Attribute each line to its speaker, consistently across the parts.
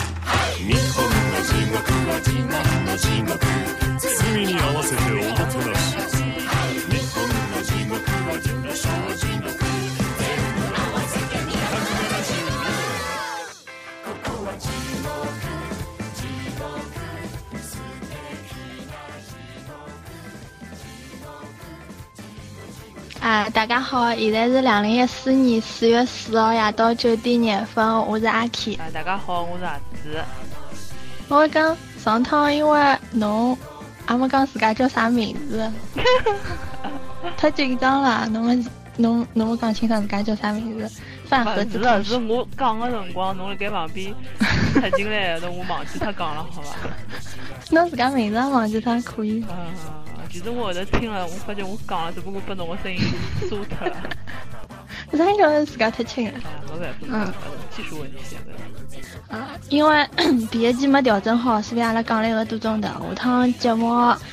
Speaker 1: 日本の字幕は字幕の字幕包みに合わせておもてなし日本の字幕は字幕小字幕
Speaker 2: 啊，大家好，现在是两零一四年四月四号夜到九点廿分，我是阿 K。
Speaker 3: 啊，大家好，我是阿紫。
Speaker 2: 我讲上趟因为侬还没讲自家叫啥名字，太紧张了，侬没侬侬没讲清爽自家叫啥名字，饭盒
Speaker 3: 勿
Speaker 2: 子啊
Speaker 3: 是
Speaker 2: 同
Speaker 3: 的，是
Speaker 2: 学。
Speaker 3: 我讲的辰光，侬辣盖旁边插进来，那我忘记脱讲了，好伐？
Speaker 2: 侬自家名字也忘记脱可以。
Speaker 3: 嗯，其实我后头听了，我发觉我讲了，只不过把侬个声音遮脱了。
Speaker 2: 啥叫自家太轻了？
Speaker 3: 哎，没办法，没办法，技术问题现在。
Speaker 2: 啊，因为第一季没调整好，所以阿拉讲了一个多钟头。下趟节目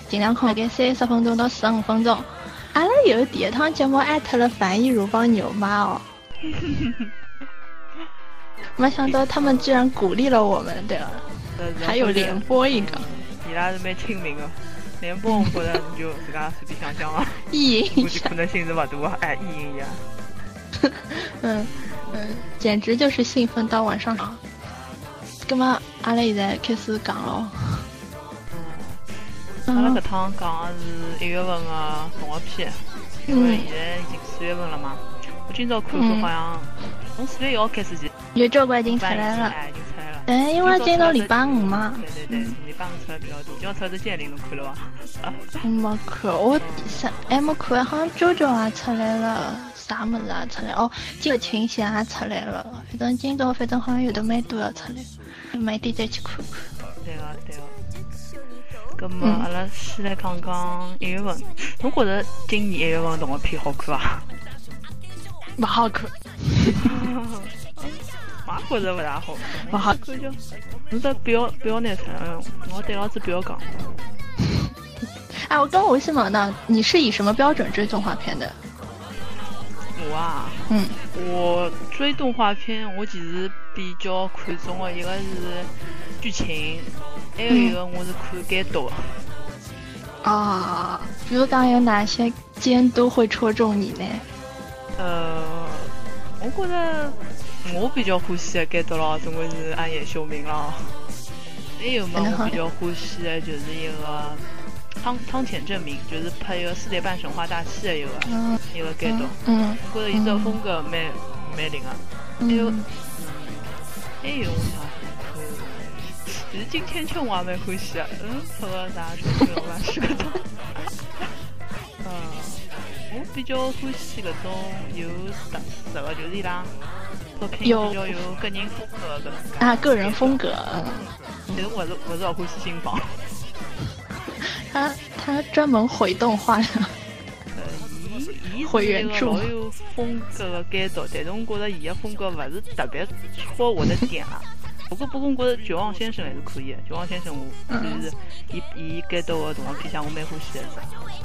Speaker 2: 尽量控制三十分钟到十五分钟。阿拉有第一趟节目艾特了樊亦茹帮牛妈 哦，没想到他们居然鼓励了我们，对吧？
Speaker 3: 但是
Speaker 2: 还有
Speaker 3: 我觉得
Speaker 2: 联播一个，
Speaker 3: 伊拉是蛮亲民的。联播我觉着你就自家随便想想啊，
Speaker 2: 意淫
Speaker 3: 估
Speaker 2: 一
Speaker 3: 计
Speaker 2: 下
Speaker 3: 可，能性是勿大啊。哎，意淫一下。
Speaker 2: 嗯嗯，简直就是兴奋到晚上床。那么阿拉现在开始讲喽。
Speaker 3: 阿拉
Speaker 2: 嗯
Speaker 3: 搿趟讲的是一月份啊个动画片，因为现在已经四月份了嘛。我今朝看看，好像从四月一号开始就
Speaker 2: 有交关已经出
Speaker 3: 版已
Speaker 2: 来
Speaker 3: 经
Speaker 2: 了。
Speaker 3: 哎已经出来了。
Speaker 2: 哎，因为今朝礼拜五嘛，
Speaker 3: 对对对，礼拜五出来比较多。今朝出来只剑灵侬看了啊伐？
Speaker 2: 我没看，我啥还没看，好像周周也出来了，啥么子也出来，哦，旧琴弦也出来了，反正今朝反正好像有的蛮多要出来，买点再去看看。
Speaker 3: 对个对个。葛末
Speaker 2: 嗯
Speaker 3: 阿拉先来讲讲一月份，侬觉着今年一月份动画片好看伐？
Speaker 2: 不好看，
Speaker 3: 我也觉着勿大好看。
Speaker 2: 不好看，
Speaker 3: 感觉侬只表表拿出来，哎呦，我对牢只表讲，
Speaker 2: 哎，我刚我是问呢，你是以什么标准追动画片的？
Speaker 3: 我啊，
Speaker 2: 嗯，
Speaker 3: 我追动画片，我其实比较看重的一个是剧情，还有一个我是看监督的。
Speaker 2: 啊、比如讲有哪些监督会戳中你呢？
Speaker 3: 呃，我觉着我比较欢喜的监督咯，总归是暗夜秀明咯。还有嘛，我比较欢喜的就是一个汤汤浅证明，就是拍一个四点半神话大戏的一个
Speaker 2: 嗯
Speaker 3: 一个监督。
Speaker 2: 嗯
Speaker 3: 我觉着伊这个风格蛮蛮灵个。还有，
Speaker 2: 嗯
Speaker 3: 嗯，还有哎我想看，其实金千秋我也蛮欢喜的，嗯，和个啥陈俊龙啊是搿种。嗯，我比较欢喜搿种有特色的，就是伊拉作品比
Speaker 2: 有
Speaker 3: 较有个人风格的搿能介。
Speaker 2: 啊，个人风格，嗯
Speaker 3: 其实我是我是老欢喜新房，
Speaker 2: 他他专门毁动画的。
Speaker 3: 呃，伊伊
Speaker 2: 回
Speaker 3: 是一
Speaker 2: 原
Speaker 3: 个
Speaker 2: 著
Speaker 3: 老有风格的监督，但是我觉着伊的风格勿是特别戳我的点啊。 不过不过，我觉着《绝望先生》还是可以的，《绝望先生》我
Speaker 2: 嗯
Speaker 3: 就是伊伊监督的动画片，像我蛮欢喜的。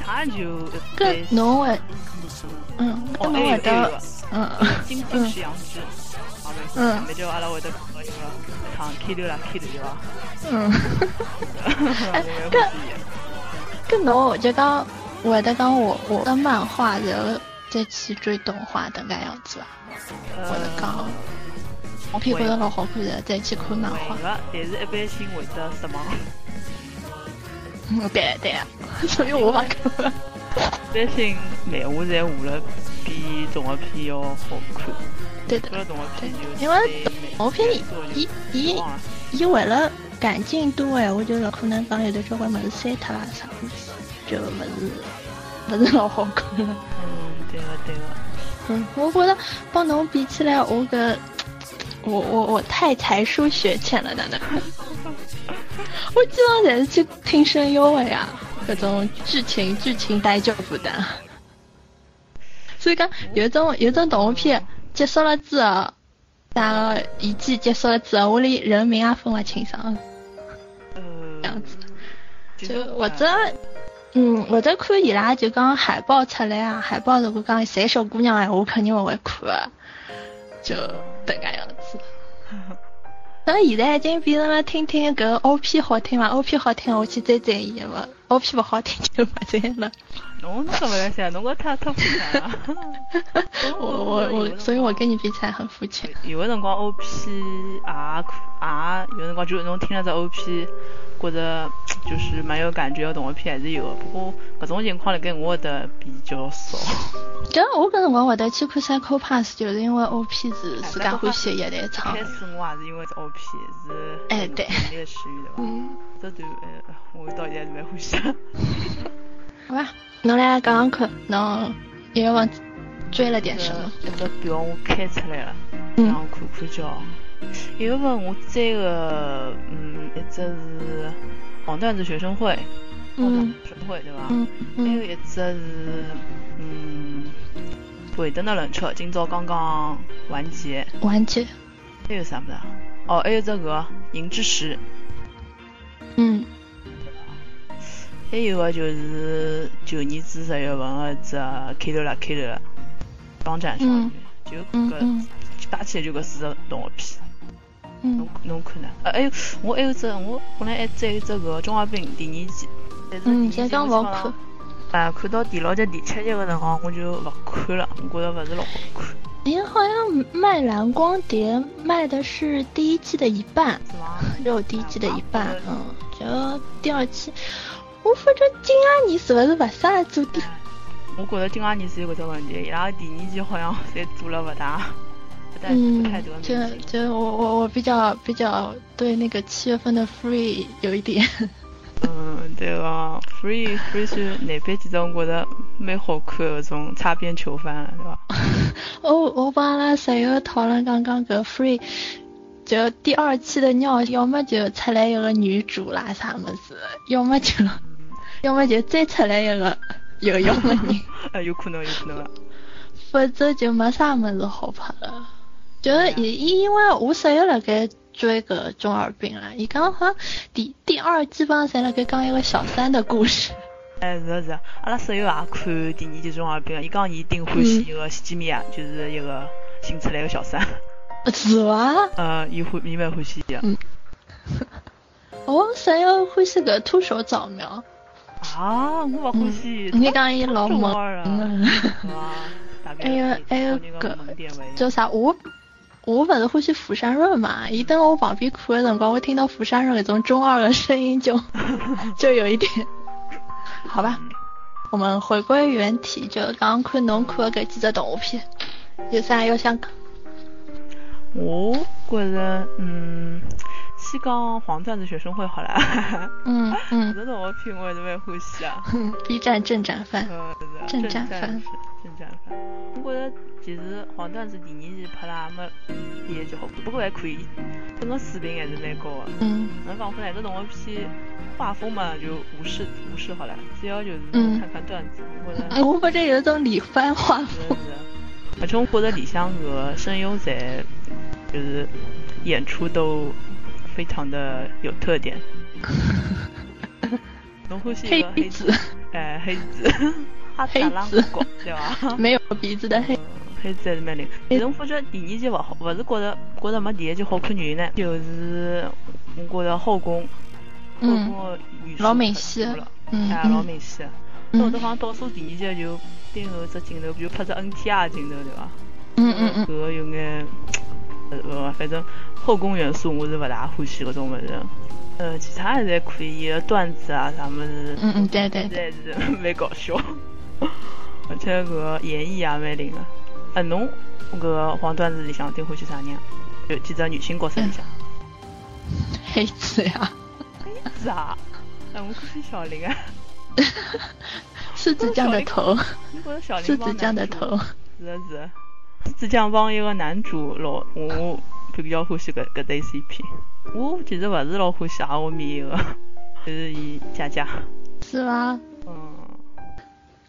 Speaker 3: 他就
Speaker 2: 搿侬会，嗯，搿
Speaker 3: 哦，还
Speaker 2: 侬会
Speaker 3: 有还有一
Speaker 2: 得
Speaker 3: 个，
Speaker 2: 嗯
Speaker 3: 金
Speaker 2: 嗯
Speaker 3: 金石杨枝，好没
Speaker 2: 嗯
Speaker 3: 啊没就阿拉会得讲个一个唱 K 六啦 K 六对伐？
Speaker 2: 嗯，
Speaker 3: 我蛮欢喜的。
Speaker 2: 搿侬就讲会得讲我我的漫画，然后再去追动画迭个样子伐？会
Speaker 3: 呃
Speaker 2: 得讲，我屁股得老好看的，再去看漫
Speaker 3: 会
Speaker 2: 画。
Speaker 3: 个，但是一般性会得失望。
Speaker 2: 嗯， 对啊对啊，所以我勿看。
Speaker 3: 一般性漫画侪画了比动画片要好看，
Speaker 2: 对
Speaker 3: 除
Speaker 2: 的，
Speaker 3: 了动画片就
Speaker 2: 因为
Speaker 3: 动
Speaker 2: 动画片伊伊伊为了赶进度哎，我觉得可能讲有的交关物事删脱啦啥物事，就勿是勿是老好看了。
Speaker 3: 嗯，对个对个，
Speaker 2: 嗯，我觉得帮侬比起来，我个我我我太才疏学浅了，哪能？我基本上侪是去听声优的呀，各种剧情剧情待就负担。所以讲，有一种有一种动画片结束了之后，啥个一季结束了之后，我连人名也分不清爽，这
Speaker 3: 呃
Speaker 2: 样，子。
Speaker 3: 就
Speaker 2: 就
Speaker 3: 啊
Speaker 2: 是或者，嗯，或者看伊拉就讲海报出来啊，海报如果讲侪小姑啊娘哎，我肯定勿会看的，就迭个样子。那现在已经变成了听听搿 OP 好听伐？OP 好听，我去追追伊勿；OP 勿好听就勿追了。
Speaker 3: 侬侬搿勿来三，侬搿太太肤浅了。
Speaker 2: 我我我，所以我跟你比起来很肤浅。
Speaker 3: 有个辰光 OP 也可也有辰光就是侬听了只 OP，觉着就是蛮有感觉的动画片还是有的，不过搿种情况辣盖我搿搭比较少。
Speaker 2: 搿我搿辰光会得去看 Psycho Pass，就是因为 OP 是
Speaker 3: 哎
Speaker 2: 自家欢喜一来唱
Speaker 3: 一。开始我也是因为只 OP 是
Speaker 2: 哎对
Speaker 3: 那个区域对伐？
Speaker 2: 嗯，
Speaker 3: 这段哎我到现在还是蛮 欢喜。
Speaker 2: 好吧，侬来讲讲看，侬一月份追了点什么？
Speaker 3: 这个表我开出来了，
Speaker 2: 嗯
Speaker 3: 让我看看叫。一月份我追个，嗯，一只是黄段子学生会，黄段
Speaker 2: 嗯
Speaker 3: 子学生会对伐？
Speaker 2: 嗯
Speaker 3: 还有
Speaker 2: 嗯
Speaker 3: 一只是，嗯，会登的冷彻，今朝刚刚完结。
Speaker 2: 完结。
Speaker 3: 还有啥么子啊？哦，还有只个银之石，
Speaker 2: 嗯，
Speaker 3: 还有个就是九年至十月份个只开头了开头了，帮战少女
Speaker 2: 嗯，
Speaker 3: 就
Speaker 2: 嗯
Speaker 3: 搿
Speaker 2: 嗯
Speaker 3: 加起来就搿四只动画片。侬
Speaker 2: 嗯
Speaker 3: 侬看呢？呃，还有我还有只，我本来还追一只搿《中华兵》第二季，但是
Speaker 2: 嗯，
Speaker 3: 第
Speaker 2: 现在
Speaker 3: 二季
Speaker 2: 刚
Speaker 3: 基
Speaker 2: 勿
Speaker 3: 本
Speaker 2: 看
Speaker 3: 上。啊，看到第六集、第七集个辰光，我就勿看了，我觉着勿是老好看，
Speaker 2: 您好像卖蓝光碟，卖的是第一季的一半，
Speaker 3: 是伐？
Speaker 2: 只有第一季的一半，嗯，就第二季。我发觉今阿年是不是勿适合做第？
Speaker 3: 我觉着今阿年是有搿只问题，伊拉第二季好像 侪做了勿大，勿大
Speaker 2: 嗯
Speaker 3: 不太得，
Speaker 2: 就
Speaker 3: 民心。
Speaker 2: 就我我我比较比较对那个七月份的 Free 有一点，
Speaker 3: 嗯，对个，Free Free 是那边几只我觉着蛮好看的搿种擦边球番了， 对伐？
Speaker 2: 我哦我帮阿拉室友讨论刚刚搿 Free，就第二季的尿，要么就出来一个女主啦啥么子，要么就要么就再出来一个有用的人。
Speaker 3: 呃，有可能，有可能个。
Speaker 2: 否则就没啥么子好拍了。就是伊伊因为我室友辣盖追搿中二病啦，伊讲好像第第二基本上侪辣盖讲一个小三的故事。
Speaker 3: 哎，是的是的，阿拉室友也啊看第二季《中二病》，伊讲伊顶欢喜一个西吉米亚，就是一个新出来个小三。
Speaker 2: 是伐？
Speaker 3: 呃，伊欢伊蛮欢喜
Speaker 2: 嗯
Speaker 3: 的。
Speaker 2: 我室友欢喜搿徒手扫描，
Speaker 3: 啊，我勿欢喜。
Speaker 2: 嗯你讲伊老
Speaker 3: 中
Speaker 2: 萌
Speaker 3: 二 啊
Speaker 2: 嗯
Speaker 3: 哇，大概
Speaker 2: 哎呀哎呀
Speaker 3: 那个萌点为。
Speaker 2: 叫啥？我我勿是欢喜釜山润嘛，伊蹲我旁边看的辰光，我听到釜山润搿种中二的声音 就就有一点，好吧。我们回归原题，就刚刚看侬看的搿几只动画片，有啥要想讲？
Speaker 3: 我觉着，嗯，先讲黄段子学生会好了。
Speaker 2: 嗯
Speaker 3: 搿
Speaker 2: 嗯
Speaker 3: 只动画片我还是蛮欢喜 啊。
Speaker 2: 嗯，B 站正展番，
Speaker 3: 呃，是
Speaker 2: 正
Speaker 3: 的
Speaker 2: 战
Speaker 3: 战
Speaker 2: 犯
Speaker 3: 是正战犯。我觉着其实黄段子第二季拍了也没第一季好看，不过还可以，整个水平还是蛮高啊的。
Speaker 2: 嗯
Speaker 3: 能仿佛哪个动画片画风嘛，就无视无视好了，只要就是
Speaker 2: 嗯
Speaker 3: 看看段子，我觉着
Speaker 2: 嗯，我发觉有一种李帆画
Speaker 3: 是
Speaker 2: 风，
Speaker 3: 是。而且我觉着里向搿个声优侪就是演出都非常的有特 点。侬欢喜一
Speaker 2: 黑
Speaker 3: 个黑
Speaker 2: 子，
Speaker 3: 哎，黑子， 哈达拉
Speaker 2: 黑子
Speaker 3: 狗，对伐？
Speaker 2: 没有鼻子的黑，
Speaker 3: 黑子还是蛮灵。但是我发觉第二季勿好，勿是觉着觉着没第一季好看原因呢，就是我觉着后宫，后宫
Speaker 2: 嗯
Speaker 3: 的元素
Speaker 2: 老明
Speaker 3: 太
Speaker 2: 显
Speaker 3: 多了，
Speaker 2: 嗯
Speaker 3: 哎，老明显。到
Speaker 2: 嗯
Speaker 3: 头好像倒数第二集就最后只镜头，比如拍只 NTR 啊镜头，对伐？
Speaker 2: 嗯嗯嗯
Speaker 3: 搿个有眼，呃，呃反正后宫元素我是勿大欢喜搿种物事。呃，其他的侪可以，伊个段子啊啥物事，
Speaker 2: 嗯嗯，对对对，
Speaker 3: 侪是蛮搞笑，而且搿个演绎也蛮啊灵个。呃，侬搿个黄段子里向最欢喜啥人啊？有几只女性角色里向？
Speaker 2: 黑子呀，
Speaker 3: 是啊，哎，我欢喜小林啊，
Speaker 2: 狮子酱的头，
Speaker 3: 你觉着小林
Speaker 2: 狮
Speaker 3: 帮
Speaker 2: 子酱的
Speaker 3: 男主
Speaker 2: 头，
Speaker 3: 是的是的，只讲帮一个男主老，我我比较欢喜搿搿对 CP。我其实勿是老欢喜啊阿欧米一个，就是伊姐姐。
Speaker 2: 是伐？
Speaker 3: 嗯，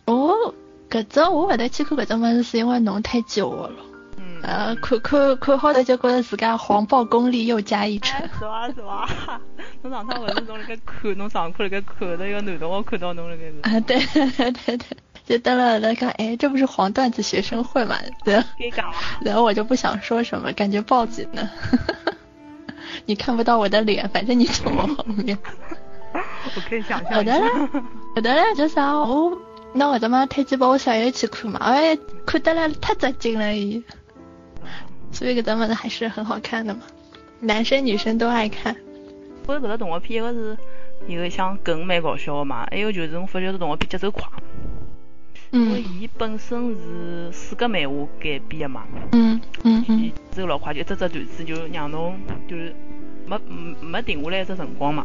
Speaker 2: 我搿只我勿得去看搿只物事，是因为侬推荐我了。
Speaker 3: 嗯
Speaker 2: 呃，看看看好了就觉得自家黄暴功力又加 一
Speaker 3: 哎
Speaker 2: 成。
Speaker 3: 是伐是伐？ 侬上趟勿是侬辣盖看，侬上课辣盖看，后头一个男同学看到侬辣盖搿
Speaker 2: 啊，对对对对，就登了那个，哎，这不是黄段子学生会嘛？然后
Speaker 3: 尴尬伐？
Speaker 2: 然后我就不想说什么，感觉报警呢。你看不到我的脸，反正你走我后面。
Speaker 3: 我可以想象
Speaker 2: 有
Speaker 3: 一
Speaker 2: 的
Speaker 3: 下。
Speaker 2: 嘞，有的嘞，就是啊，我拿搿只嘛推荐拨我小姨去看嘛，哎，看得来太扎劲了伊，所以搿只物事还是很好看的嘛，男生女生都爱看。
Speaker 3: 我觉搿只动画片，一个是一个像梗蛮搞笑的嘛，还有就是我发觉搿动画片节奏快，因为
Speaker 2: 嗯
Speaker 3: 伊本身是四格漫画改编的嘛，
Speaker 2: 嗯嗯嗯
Speaker 3: 伊节奏老快，就一只只段子就让侬就是没没没停下来一只辰光嘛，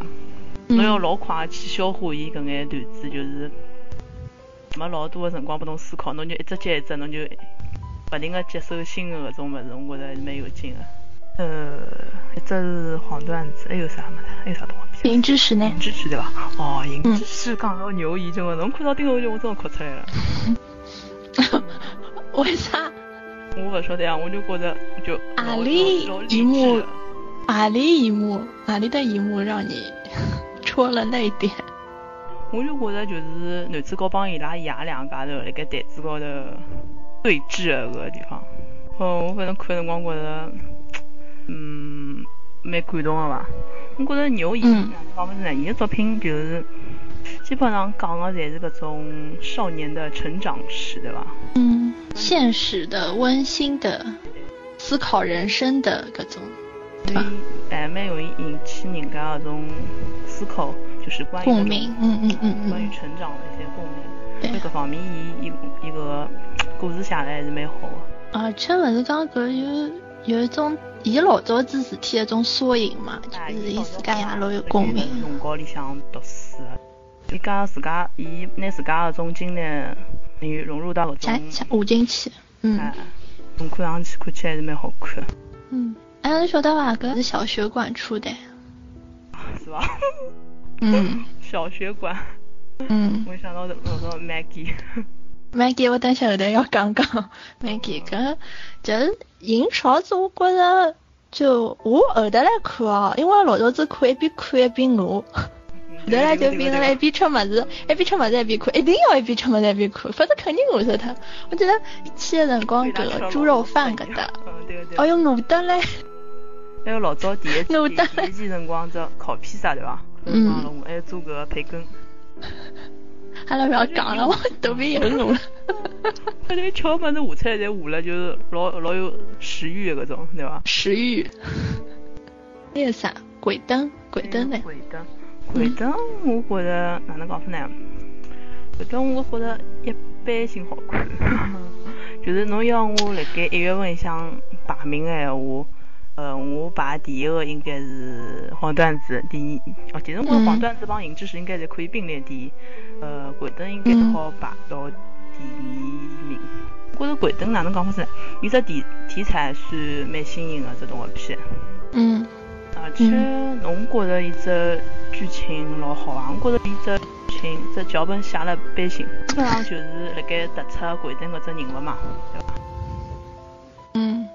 Speaker 3: 侬要
Speaker 2: 嗯，
Speaker 3: 老快地去消化伊搿眼段子，就是没老多的辰光拨侬思考，侬就一只接一只，侬就不停个接受新的搿种物事，我觉着还是蛮有劲的。呃，一只是黄段子，还有啥物事？还有啥动画片？
Speaker 2: 云之石呢
Speaker 3: 银？之曲对伐？哦，银
Speaker 2: 嗯
Speaker 3: 之曲讲到牛姨，真的，侬看到这个我就我真的哭出来了。
Speaker 2: 为啥？
Speaker 3: 我勿晓得呀，我就觉着就
Speaker 2: 阿
Speaker 3: 老
Speaker 2: 丽
Speaker 3: 老老励
Speaker 2: 一幕
Speaker 3: 志了
Speaker 2: 哪里一幕，哪里的一幕让你戳了泪点？
Speaker 3: 我就觉着就是男主角帮伊拉爷两家头辣盖台子高头对峙的搿个地方，哦，我反正看的辰光觉着，嗯，蛮感动的伐。我觉着牛姨
Speaker 2: 嗯
Speaker 3: 讲勿是呢，伊的作品就是基本上讲的侪是搿种少年的成长史，对伐？
Speaker 2: 嗯，现实的、温馨的、思考人生的各种，对吧？
Speaker 3: 哎，蛮容易引起人家搿种思考，就是关于
Speaker 2: 共鸣，嗯嗯嗯
Speaker 3: 关于
Speaker 2: 嗯，
Speaker 3: 成长的一些共鸣。
Speaker 2: 对
Speaker 3: 在。搿方面，伊伊伊个故事写得还是蛮好的。
Speaker 2: 而且勿是讲搿有有一种伊老早子事体的一种缩影嘛，就是伊自家也啊老有共鸣。
Speaker 3: 农高里向读书的，伊讲自家，伊拿自家搿种经历，伊融入到搿
Speaker 2: 加
Speaker 3: 种
Speaker 2: 加，舞进去，嗯
Speaker 3: 哎，侬看上去看起来还是蛮好看的，
Speaker 2: 嗯。哎，你晓得伐？搿是小学馆出的。
Speaker 3: 是伐？
Speaker 2: 嗯
Speaker 3: 小学馆，
Speaker 2: 嗯
Speaker 3: 我想到老早 Maggie，
Speaker 2: ，Maggie，我等下后头要讲讲 Maggie 搿，就是银勺子，我觉着就我后头来看哦，因为老早子看一边看一边饿。
Speaker 3: 嗯
Speaker 2: 后头来就
Speaker 3: 对
Speaker 2: 变
Speaker 3: 个
Speaker 2: 成了一边吃么子，一边吃么子一边看，一定要一边吃么子一边看，否则肯定饿死他。我记得去的辰光，搿个猪肉饭搿搭，，
Speaker 3: 对个对个
Speaker 2: 哎。哟饿得嘞，
Speaker 3: 还有老早第一
Speaker 2: 我
Speaker 3: 季
Speaker 2: 当
Speaker 3: 第一季辰光只烤披萨对伐？
Speaker 2: 嗯
Speaker 3: 忘了我还做搿个培根，
Speaker 2: 阿拉勿要讲了，我肚皮又饿了。
Speaker 3: 我就吃物事下菜侪下了，就是老老有食欲的搿种，对伐？
Speaker 2: 食欲，那个啥鬼灯，鬼灯嘞，
Speaker 3: 嗯
Speaker 2: 嗯
Speaker 3: 鬼灯，鬼灯，我觉着哪能讲法呢？鬼灯我觉着一般性好看， 就是侬要我辣盖一月份里向排名的闲话。呃，我排第一个应该是黄段子，第二哦，其实我
Speaker 2: 嗯
Speaker 3: 黄段子帮银之匙应该侪可以并列第一，呃，鬼灯应该
Speaker 2: 嗯
Speaker 3: 是好排到第二名。我觉着鬼灯哪能讲法子呢？伊只题题材算蛮新颖的，这动画片。
Speaker 2: 嗯
Speaker 3: 而且侬觉着伊只剧情老好啊，我觉着伊只剧情只脚本写了般性，基
Speaker 2: 嗯
Speaker 3: 本上就是辣盖突出鬼灯搿只人物嘛，对伐？
Speaker 2: 嗯，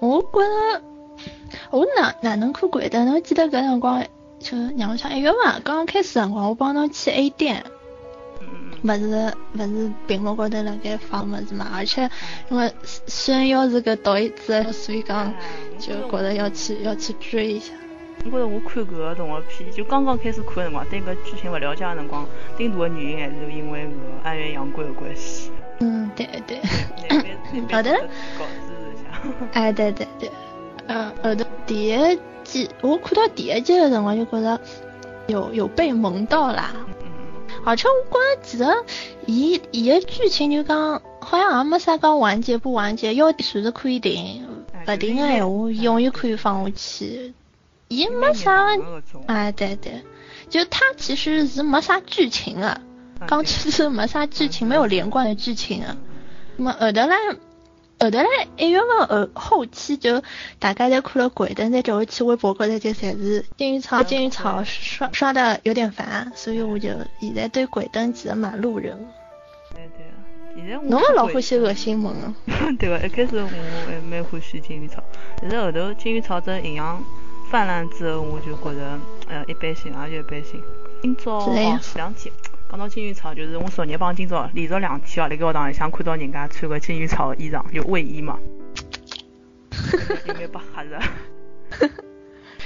Speaker 2: 我觉着我哪哪能看鬼灯呢？我记得搿辰光就是让我想一月份刚刚开始辰光，我帮侬去 A 店。
Speaker 3: 嗯嗯嗯。
Speaker 2: 勿是勿是屏幕高头辣盖放物事嘛，而且因为虽虽然要是个导演制，所以讲就觉得要去要去追一下。
Speaker 3: 我觉着我看搿个动画片，就刚刚开始看个辰光，对搿剧情勿了解个辰光，顶大个原因还是因为搿个安源洋关的关系。
Speaker 2: 嗯，对对，
Speaker 3: 难怪难怪
Speaker 2: 好的
Speaker 3: 只搞支持一下。
Speaker 2: 哎对对对，呃后头第一季我看到第一季的辰光就觉得有有被萌到啦，
Speaker 3: 嗯嗯
Speaker 2: 而且我觉着其实伊伊个剧情就讲好像也没啥讲完结不完结，要随时可以停，
Speaker 3: 哎
Speaker 2: 勿停个闲话永远可以放下去，伊
Speaker 3: 嗯。
Speaker 2: 没啥
Speaker 3: 蛮热闹的搿种
Speaker 2: 哎，对对，就它其实是没啥剧情啊，
Speaker 3: 嗯
Speaker 2: 刚
Speaker 3: 对
Speaker 2: 其实没啥剧情，没有连贯的剧情啊
Speaker 3: 嗯。
Speaker 2: 那么后头嘞，后头嘞一月份后后期就大家侪看了鬼灯，再叫我去微博高头就侪是金鱼草，金鱼草刷刷的有点烦，所以我就现在对鬼灯其实蛮路人。
Speaker 3: 对对。现在我
Speaker 2: 侬勿老
Speaker 3: 看
Speaker 2: 欢喜恶心萌啊？
Speaker 3: 对伐？一开始我还蛮欢喜金鱼草，但是后头金鱼草只营养泛滥之后，我就觉着呃一般性，也就一般性。今朝
Speaker 2: 是的呀
Speaker 3: 哦前两天讲到金鱼草，就是我昨日帮今朝连续两天哦，辣盖学堂里向看到人家穿个金鱼草的衣裳，就卫衣嘛，应该被吓着。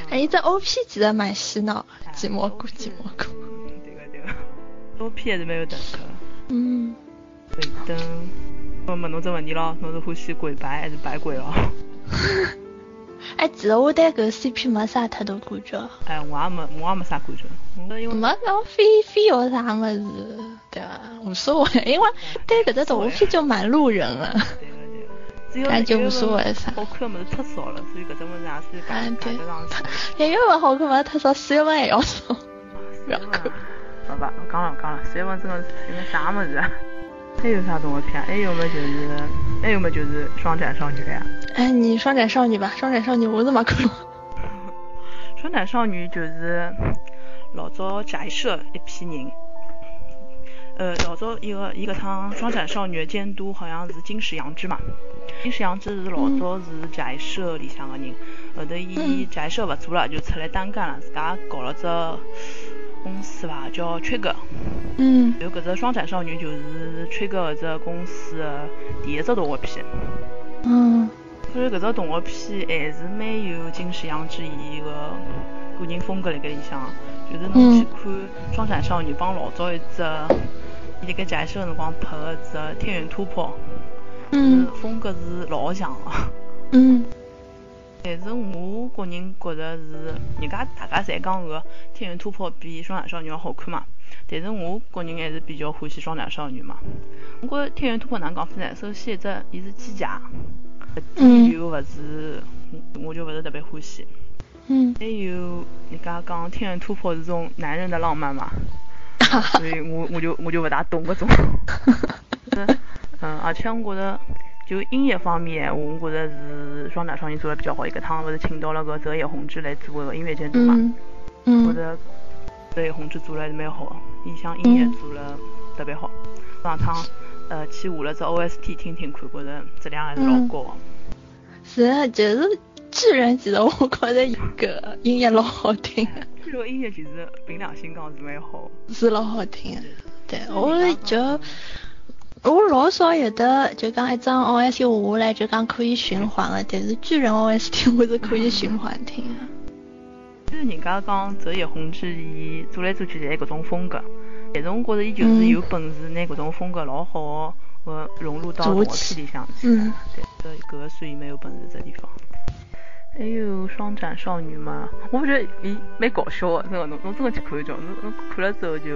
Speaker 2: 哎，这 OP 记得蛮洗脑，挤蘑菇，
Speaker 3: OP
Speaker 2: 挤蘑菇。
Speaker 3: 嗯对个对个，OP 还是蛮有特色。
Speaker 2: 嗯，
Speaker 3: 对的。我问侬只问题咯，侬是欢喜鬼白还是白鬼哦咯？
Speaker 2: 哎，其实我对搿 CP 没啥太多感觉，
Speaker 3: 哎，我也没，我也没啥感觉。我因为
Speaker 2: 没老非非有啥么子，对伐？无所谓，因为对搿只动画片就蛮路人了。
Speaker 3: 对个对个，只要
Speaker 2: 感觉
Speaker 3: 因为
Speaker 2: 无所谓啥
Speaker 3: 好看的物事太少了，所以搿只物事也
Speaker 2: 啊
Speaker 3: 是赶
Speaker 2: 对
Speaker 3: 赶得 上去。
Speaker 2: 演员勿好看嘛，他说三万也要送。不要看
Speaker 3: 好吧，我讲了我讲了，三分真的是一个啥么子啊？ 还有啥动画片啊？还有么就是，还有么就是双啊斩少女了呀。
Speaker 2: 哎，你双斩少女吧，双斩少女我是没看过。
Speaker 3: 双斩少女就是嗯老早假一社一批人。呃，老早一个伊搿趟双斩少女的监督好像是金石阳之嘛，金石阳之是老早是假一社里向个人，后头伊
Speaker 2: 嗯
Speaker 3: 假一社勿做了，就出来单干了，自家搞了只公司吧，叫缺哥。
Speaker 2: 嗯
Speaker 3: 有搿只双斩少女就是吹搿只公司的第一只动画片，
Speaker 2: 嗯
Speaker 3: 所以搿只动画片还是蛮有金石阳之伊个个人风格辣盖里向的，就是侬去看双斩少女帮老早一只，伊辣盖假戏个辰光拍个只《天元突破》，
Speaker 2: 嗯
Speaker 3: 是风格是老像个。
Speaker 2: 嗯
Speaker 3: 但是我个人觉着是，人家大家侪讲个《天元突破》比《双斩少女》要好看嘛。但是我个人还是比较欢喜《双斩少女》嘛。我觉着《天元突破》哪能讲法呢？首先一只伊是机甲，
Speaker 2: 嗯
Speaker 3: 又勿是，我我就勿是特别欢喜。
Speaker 2: 嗯，
Speaker 3: 还有人家讲《天元突破》是种男人的浪 漫嘛，
Speaker 2: 哈哈
Speaker 3: 所以我我就我就勿大 懂搿种。嗯，而且我觉着，就音乐方面闲话，我觉着是双打少女做的比较好。伊搿趟勿是请到了个泽野弘之来做个音乐监督嘛，
Speaker 2: 嗯
Speaker 3: 觉
Speaker 2: 嗯
Speaker 3: 着泽野弘之做了还是蛮好的，伊像音乐
Speaker 2: 嗯
Speaker 3: 做了特别好。上趟呃去下了只 OST 听听看，觉着质量还是老
Speaker 2: 嗯
Speaker 3: 高的。
Speaker 2: 是啊，就是巨人其实我觉得一个音乐老好听，
Speaker 3: 这个音乐其实凭良心讲是蛮好的。
Speaker 2: 是老好听的。对，我就我老少有的就讲一张 OST 下下来就讲可以循环的，但是巨人 OST 我是可以循环听的。
Speaker 3: 就是人家讲泽野弘之伊做来做去侪搿种风格，但是我觉着伊就是有本事拿搿种风格老好呃融入到动画片里向去。
Speaker 2: 嗯
Speaker 3: 对，搿搿个算伊蛮有本事只地方。还有双斩少女嘛，我觉得伊蛮搞笑的，啊真的，侬侬真的去看一叫，侬侬看了之后就，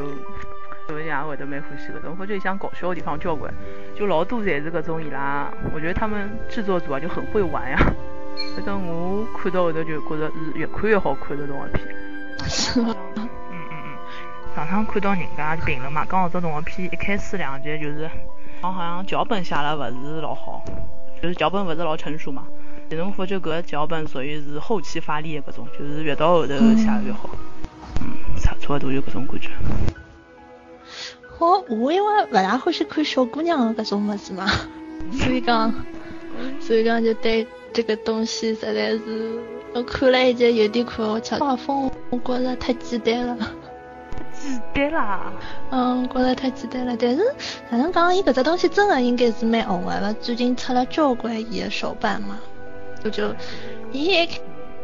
Speaker 3: 有人也会得蛮欢喜搿种，我觉得伊像搞笑的地方交关，就老多侪是搿种伊拉，我觉得他们制作组啊就很会玩呀、 反正我看到后头就觉着是越看越好看的动画片。
Speaker 2: 是吗？
Speaker 3: 嗯嗯嗯。上趟看到人家评论嘛，讲搿只动画片一开始两集就是，讲好像脚本写了勿是老好，就是脚本勿是老成熟嘛。但是我发觉搿个脚本属于是后期发力的搿种，就是越到后头写得越好。嗯，差差勿多就搿种感觉。
Speaker 2: 我哦我因为勿大欢喜看小姑娘的搿种物事嘛，所以讲，所以讲就对这个东西实在是，我看了一集有点看勿出画风，我觉着太简单了。
Speaker 3: 简单啦。
Speaker 2: 嗯，我觉着太简单了。嗯但是哪能讲，伊搿只东西真的应该是蛮红的，勿最近出了交关伊的手办嘛。我就伊一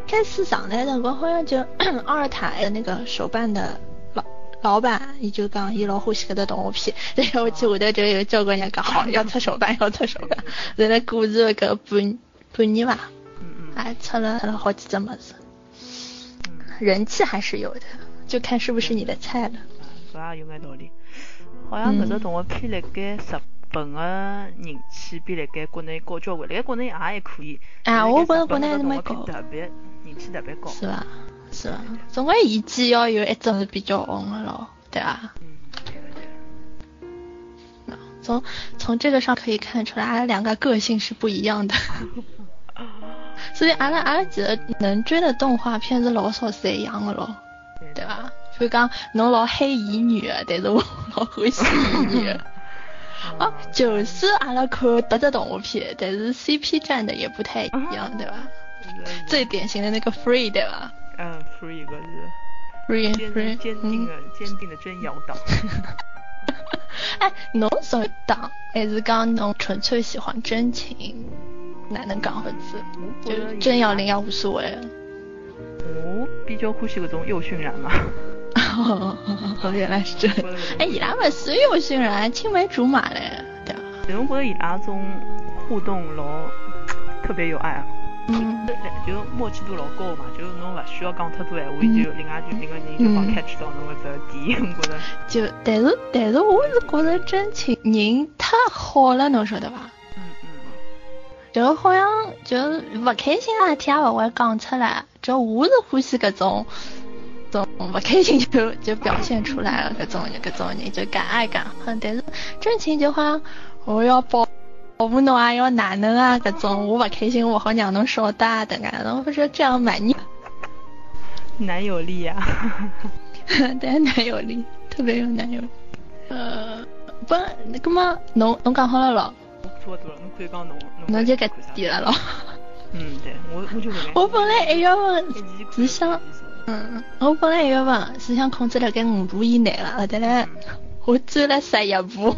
Speaker 2: 开始上来的辰光，好像就 二台的那个手办的老老板，伊就讲伊老欢喜搿只动画片，然后我去下头就有交关人讲好要出手办，要出手办。然后过去了搿半半年伐，
Speaker 3: 嗯嗯
Speaker 2: 还出了出了好几只物事，
Speaker 3: 嗯。
Speaker 2: 人气还是有的，就看是不是你的菜了。
Speaker 3: 搿也有眼道理。好像搿只
Speaker 2: 嗯
Speaker 3: 动画片辣盖日本个人气比辣盖国内高交关，辣盖国内也还可以。
Speaker 2: 啊，
Speaker 3: 但
Speaker 2: 我觉
Speaker 3: 辣
Speaker 2: 着国
Speaker 3: 盖日本
Speaker 2: 内还
Speaker 3: 搿
Speaker 2: 是
Speaker 3: 动
Speaker 2: 蛮
Speaker 3: 画
Speaker 2: 高
Speaker 3: 片
Speaker 2: 的。
Speaker 3: 特别人气特别高。
Speaker 2: 是吧？是吧？总归一季要有一种是比较红的咯，对啊吧？
Speaker 3: 嗯，对的对的
Speaker 2: 从从这个上可以看出来，阿拉两个个性是不一样 的，所以阿拉阿拉几个能追的动画片是老少是一样的咯，
Speaker 3: 对
Speaker 2: 对
Speaker 3: 的
Speaker 2: 吧？就讲侬老黑乙女的，但是我老欢喜乙女 的。啊，就是阿拉看别的动画片，但是 CP 站的也不太一
Speaker 3: 啊
Speaker 2: 样，对吧？
Speaker 3: 就是
Speaker 2: 最典型的那个 Free，对吧
Speaker 3: 嗯，free 搿是
Speaker 2: ？Free
Speaker 3: 坚
Speaker 2: Free，
Speaker 3: 坚
Speaker 2: 嗯。
Speaker 3: 定的坚定的真摇 党。
Speaker 2: 哎，侬属于党，还是讲侬纯粹喜欢真情？哪能讲法子？
Speaker 3: 我
Speaker 2: 就
Speaker 3: 觉着
Speaker 2: 真
Speaker 3: 伊拉
Speaker 2: 要零也无所谓了。
Speaker 3: 我比较欢喜搿种幼训染嘛。
Speaker 2: 哦，原来是这样。哎，伊拉勿是有心人，啊青梅竹马嘞，对啊伐？
Speaker 3: 但我觉着伊拉种互动老特别有爱啊，
Speaker 2: 嗯，
Speaker 3: 就默契度老高嘛，就是侬勿需要讲太多闲话，伊就另外就另外人就帮
Speaker 2: 嗯
Speaker 3: catch 到侬搿只点，我觉着。
Speaker 2: 就但是但是我是觉着真情人太好了，侬晓得伐？
Speaker 3: 嗯嗯，
Speaker 2: 就好像就勿开心个事体也勿会讲出来，就我是欢喜搿种，种勿开心就就表现出来了搿种人，搿种人就敢爱敢恨，但是真情就好像我要保保护侬啊，要哪能啊搿种，我勿开心我好让侬晓得啊，等下侬不是这样蛮腻，
Speaker 3: 男友力啊呀、
Speaker 2: 但男友力特别有男友力，呃，不，葛么侬侬讲好了咯，
Speaker 3: 我 差不多了，侬可以讲侬侬
Speaker 2: 侬就搿
Speaker 3: 看啥
Speaker 2: 点了哦咯，
Speaker 3: 嗯，对我我就搿眼。
Speaker 2: 我本来还要问
Speaker 3: 一
Speaker 2: 只想。嗯，我本来一月份是想控制辣盖五步以内了，后头来我追了十一步。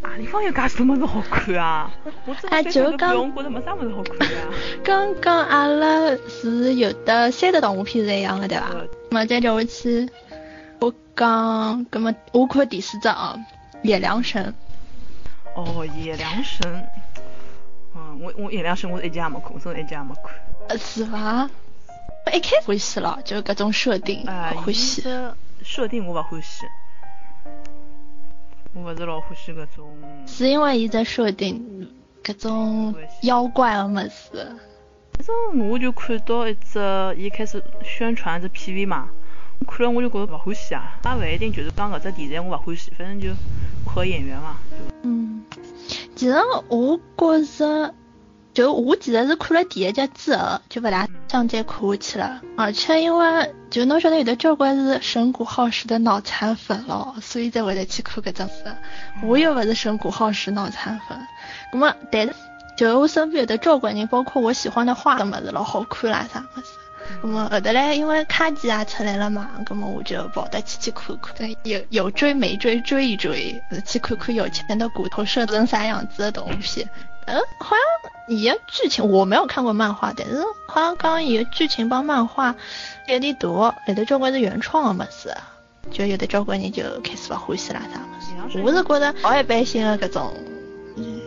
Speaker 3: 啊，里方有介许多物事好看啊！我真的
Speaker 2: 啊
Speaker 3: 对
Speaker 2: 就
Speaker 3: 这个
Speaker 2: 讲
Speaker 3: 表，我觉着没啥物事好看的啊。
Speaker 2: 刚刚阿拉是有的三个动画片是一样的，对伐？
Speaker 3: 呃
Speaker 2: 么再叫回去，我讲，葛么我看第四只啊，《夜良神
Speaker 3: 哦，夜良神，嗯，我我夜良神我一集也没看，我真的一集也没看。》
Speaker 2: 呃，是伐？我一开始欢喜了，就是搿种设定，
Speaker 3: 哎，
Speaker 2: 欢喜
Speaker 3: 伊。的设定我勿欢喜，我勿是老欢喜搿种。
Speaker 2: 是因为伊只设定，搿种妖怪个物事，
Speaker 3: 反正我就看到一只，伊开始宣传一只 PV 嘛，我看了我就觉着勿欢喜啊。也勿一定就是讲搿只题材我勿欢喜，反正就不合眼缘嘛。就
Speaker 2: 嗯，其实我觉着，就我其实是看了第一集之后，就勿大想再看下去了。而且因为就侬晓得有的交关是神谷浩史的脑残粉咯，所以才会得去看搿种事。我又勿是神谷浩史脑残粉，葛么但是就我身边有的交关人，包括我喜欢的画的物事老好看啦啥物事。葛么后头嘞，因为卡机也出来了嘛，葛么我就跑得去去看看，对有有追没追追一追，呃去看看有钱的骨头射成啥样子的东西。嗯，好像伊个剧情我没有看过漫画，但是好像讲伊个剧情帮漫画有点大，有的交关是原创个物事，就有的交关人就开始勿欢喜啦啥物事。我是觉着老一般性个搿种，嗯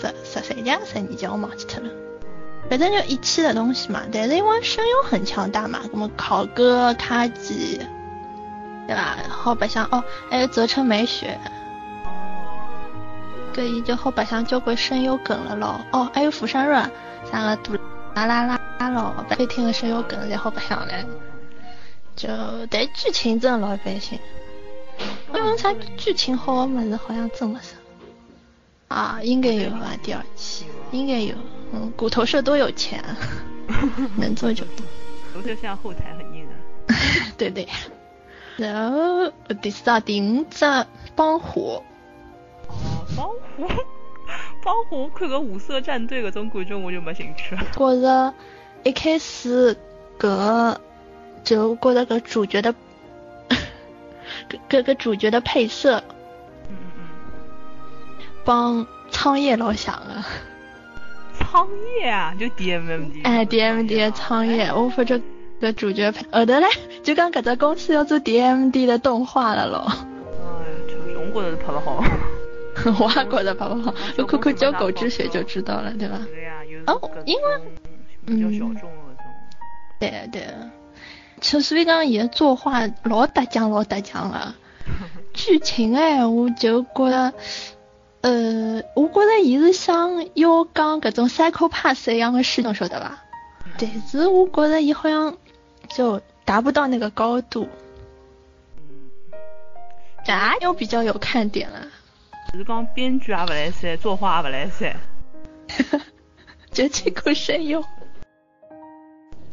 Speaker 2: 十十三集、十二集我忘记脱了。反正就一期的东西嘛，但是因为声优很强大嘛，什么考哥、卡吉，对吧？后白相哦，还有泽城美雪，对，伊就后白相交关声优梗了咯。哦，还有釜山润，啥个杜啦啦啦啦咯，白天听的声优梗，然后白相嘞。就但剧情真的老一般性，因为啥剧情好的么子好像真没啥。啊，应该有吧，第二期应该有。嗯，骨头社多有钱，能做就做。
Speaker 3: 我就像后台很硬的。
Speaker 2: 对对。然后第四啊，第五只帮火，
Speaker 3: 哦，帮火，帮火看个五色战队搿种感觉我就没兴趣了。
Speaker 2: 觉着一开始搿就觉着搿主角的 搿搿搿主角的配色
Speaker 3: 嗯嗯
Speaker 2: 帮苍叶老啊像了。
Speaker 3: 嗯，苍叶啊，就 DMMD。
Speaker 2: 哎，DMD 的苍
Speaker 3: 哎
Speaker 2: 叶，我发觉搿主角配，后头嘞就讲搿只公司要做 DMD 的动画了咯。
Speaker 3: 哎呦，就是我觉着是拍勿好。
Speaker 2: 我也觉得拍不好，就看看《交狗之血》就知道了，对吧？
Speaker 3: 对呀，有
Speaker 2: 哦因为
Speaker 3: 比较小众的搿
Speaker 2: 对的对的，其实所以讲，伊的作画老搭酱老搭酱了。剧情哎，我就觉得，呃，我觉得伊是像要讲搿种 psycho pass 一样的事，侬晓得吧？
Speaker 3: 种。
Speaker 2: 但是我觉得伊好像就达不到那个高度，
Speaker 3: 嗯。
Speaker 2: 这也有比较有看点啊 了。
Speaker 3: 只是讲编剧也勿来塞，作画也勿来塞。
Speaker 2: 就这个声优，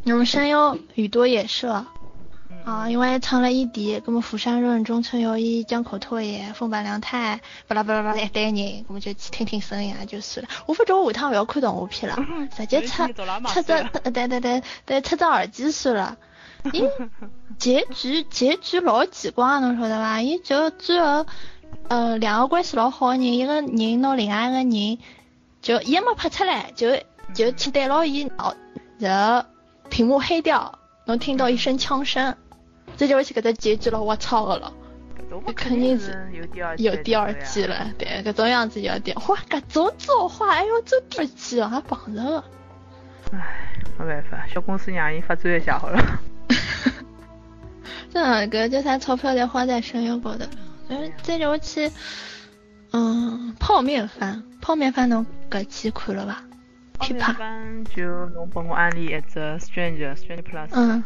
Speaker 2: 那么声优宇多野射。
Speaker 3: 嗯
Speaker 2: 啊，，因为成了一敌，那么釜山润、中村由一、江口拓也、风坂良太，巴拉巴拉巴拉一堆人，我们就去听听声音啊，就算了。我发觉我下趟不要看动画片了，直接
Speaker 3: 直接
Speaker 2: 插
Speaker 3: 听哆啦 A 梦
Speaker 2: 插只
Speaker 3: 算了，
Speaker 2: 对对对对，插只耳机算了。因结局结局老啊奇怪，侬晓得伐？伊就最后，呃，两个关系老好的人，一个人拿另外一个人，就嗯伊也没拍出来，就就去对牢伊脑，然后屏幕黑掉，能听到一声枪声，这就是搿只结局了。我操个了！
Speaker 3: 搿
Speaker 2: 我
Speaker 3: 种
Speaker 2: 肯定是
Speaker 3: 是有第二季
Speaker 2: 有
Speaker 3: 的
Speaker 2: 第二
Speaker 3: 呀
Speaker 2: 季了，对，搿种样子有点哇，搿种作画，哎哟，这第二季了还绑着个。
Speaker 3: 唉，没办法，小公司让伊发展一下好了。
Speaker 2: 真的，搿叫啥钞票侪花在声优高头。反 正再叫我去，嗯，泡面番，泡面番侬搿期看了伐？
Speaker 3: 后
Speaker 2: 琵
Speaker 3: 面
Speaker 2: 琶
Speaker 3: 班就侬帮我安利一只 Stranger Stranger Plus，
Speaker 2: 嗯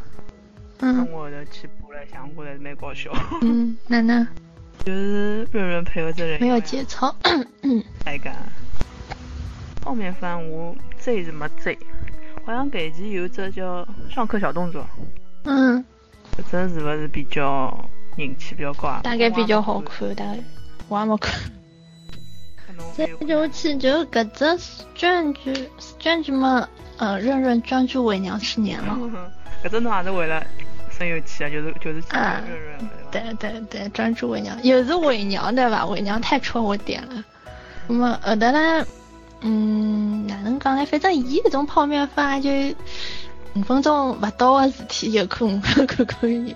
Speaker 3: 跟
Speaker 2: 嗯
Speaker 3: 我后头去补了一下，我觉着蛮搞笑。
Speaker 2: 嗯，哪能
Speaker 3: 就是润润配合这人
Speaker 2: 没有节操？
Speaker 3: 来感。后面番我追是没追，好像搿一期有只叫上课小动作，
Speaker 2: 嗯，
Speaker 3: 搿只是勿是比较人气比较高啊？
Speaker 2: 大概比较好
Speaker 3: 我
Speaker 2: 看，大概我也没看。再
Speaker 3: 也没看。
Speaker 2: 叫我去，就搿只 strange strange 嘛，呃，润润专注伪娘是年了。
Speaker 3: 搿只侬也是为了生有气啊，就是就是喜欢
Speaker 2: 啊
Speaker 3: 润润嘛，对伐？
Speaker 2: 对对对，专注伪娘，也是伪娘对吧？伪娘太戳我点了。那么后头呢，嗯，哪能讲呢？反正伊搿种泡面饭就五分钟勿到的事体，有 空看看看伊。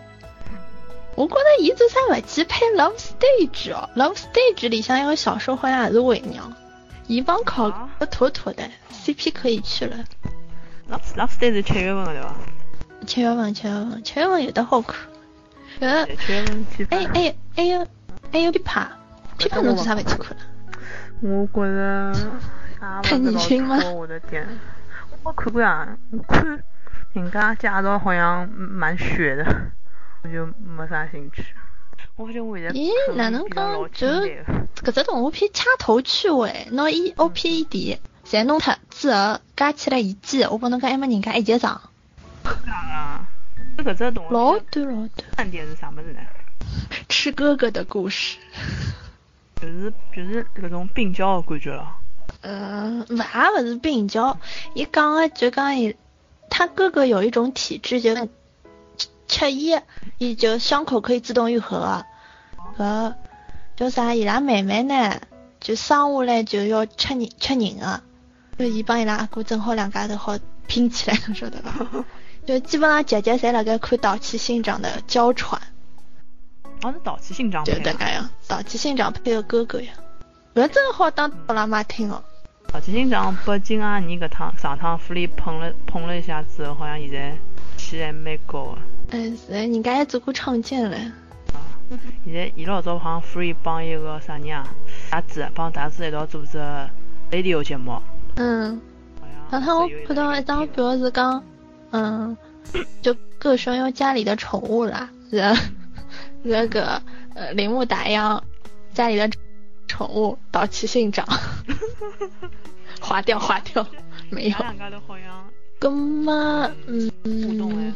Speaker 2: 我觉得伊做啥勿去拍《Love Stage》哦，《Love Stage》里向有个小说好像也是伪娘，伊帮考
Speaker 3: 啊
Speaker 2: 得妥妥的，CP 可以去了。
Speaker 3: Love Love Stay 是七月份的对伐？
Speaker 2: 七月份，七月份，七月份有的好看。搿
Speaker 3: 对七月份去
Speaker 2: 哎
Speaker 3: 吧。
Speaker 2: 哎哎呦哎呦，琵琶，琵琶侬做啥勿去看了？
Speaker 3: 我觉 着啥
Speaker 2: 看
Speaker 3: 勿
Speaker 2: 你
Speaker 3: 是
Speaker 2: 群
Speaker 3: 老
Speaker 2: 吗
Speaker 3: 啊戳我的点，我没看过呀，我看人家介绍好像蛮血的， 我就没啥兴趣。我发觉我现在
Speaker 2: 咦
Speaker 3: 看
Speaker 2: 哪
Speaker 3: 的
Speaker 2: 能
Speaker 3: 比较
Speaker 2: 讲
Speaker 3: 老
Speaker 2: 就
Speaker 3: 清淡
Speaker 2: 搿
Speaker 3: 的
Speaker 2: 只动画片掐头去尾，拿伊 O P E D 侪弄脱之后，加起来一季，我帮侬讲还没人家一集长，
Speaker 3: 啊？这搿只动画
Speaker 2: 老
Speaker 3: 片
Speaker 2: 短老短。
Speaker 3: 看点是啥物事呢？
Speaker 2: 吃哥哥的故事，
Speaker 3: 就是就是搿种病娇的感觉了。
Speaker 2: 呃，勿也勿是病娇，伊讲个就讲伊，他哥哥有一种体质，就跟吃吃伊，伊就伤口可以自动愈合。搿叫啥？伊拉妹妹呢，就生下来就要吃人吃人个，就伊帮伊拉阿哥正好两家头好拼起来，侬晓得伐？就基本上姐姐侪辣盖看岛崎信长的娇喘，
Speaker 3: 哦，是导气性张
Speaker 2: 就
Speaker 3: 配
Speaker 2: 大
Speaker 3: 的。
Speaker 2: 概样。岛崎信长配个哥哥呀，搿真好当宝拉妈听哦。
Speaker 3: 导气性张被金阿尼搿趟上趟福利捧了捧了一下之后，好像现在气还蛮高的。
Speaker 2: 哎，是人家还做过创建嘞。
Speaker 3: 现在伊老早好像 Free 帮一个啥人啊，达子帮达子一道组织 radio 节目。
Speaker 2: 嗯，
Speaker 3: 好像
Speaker 2: 然后我看到一
Speaker 3: 一
Speaker 2: 张表是讲，嗯，就各声优家里的宠物啦，人，那个呃铃木达央家里的宠物岛崎信 长，划掉划掉，没有。
Speaker 3: 两家头好像
Speaker 2: 那么，嗯
Speaker 3: 啊互动啊还
Speaker 2: 嗯，。
Speaker 3: 蛮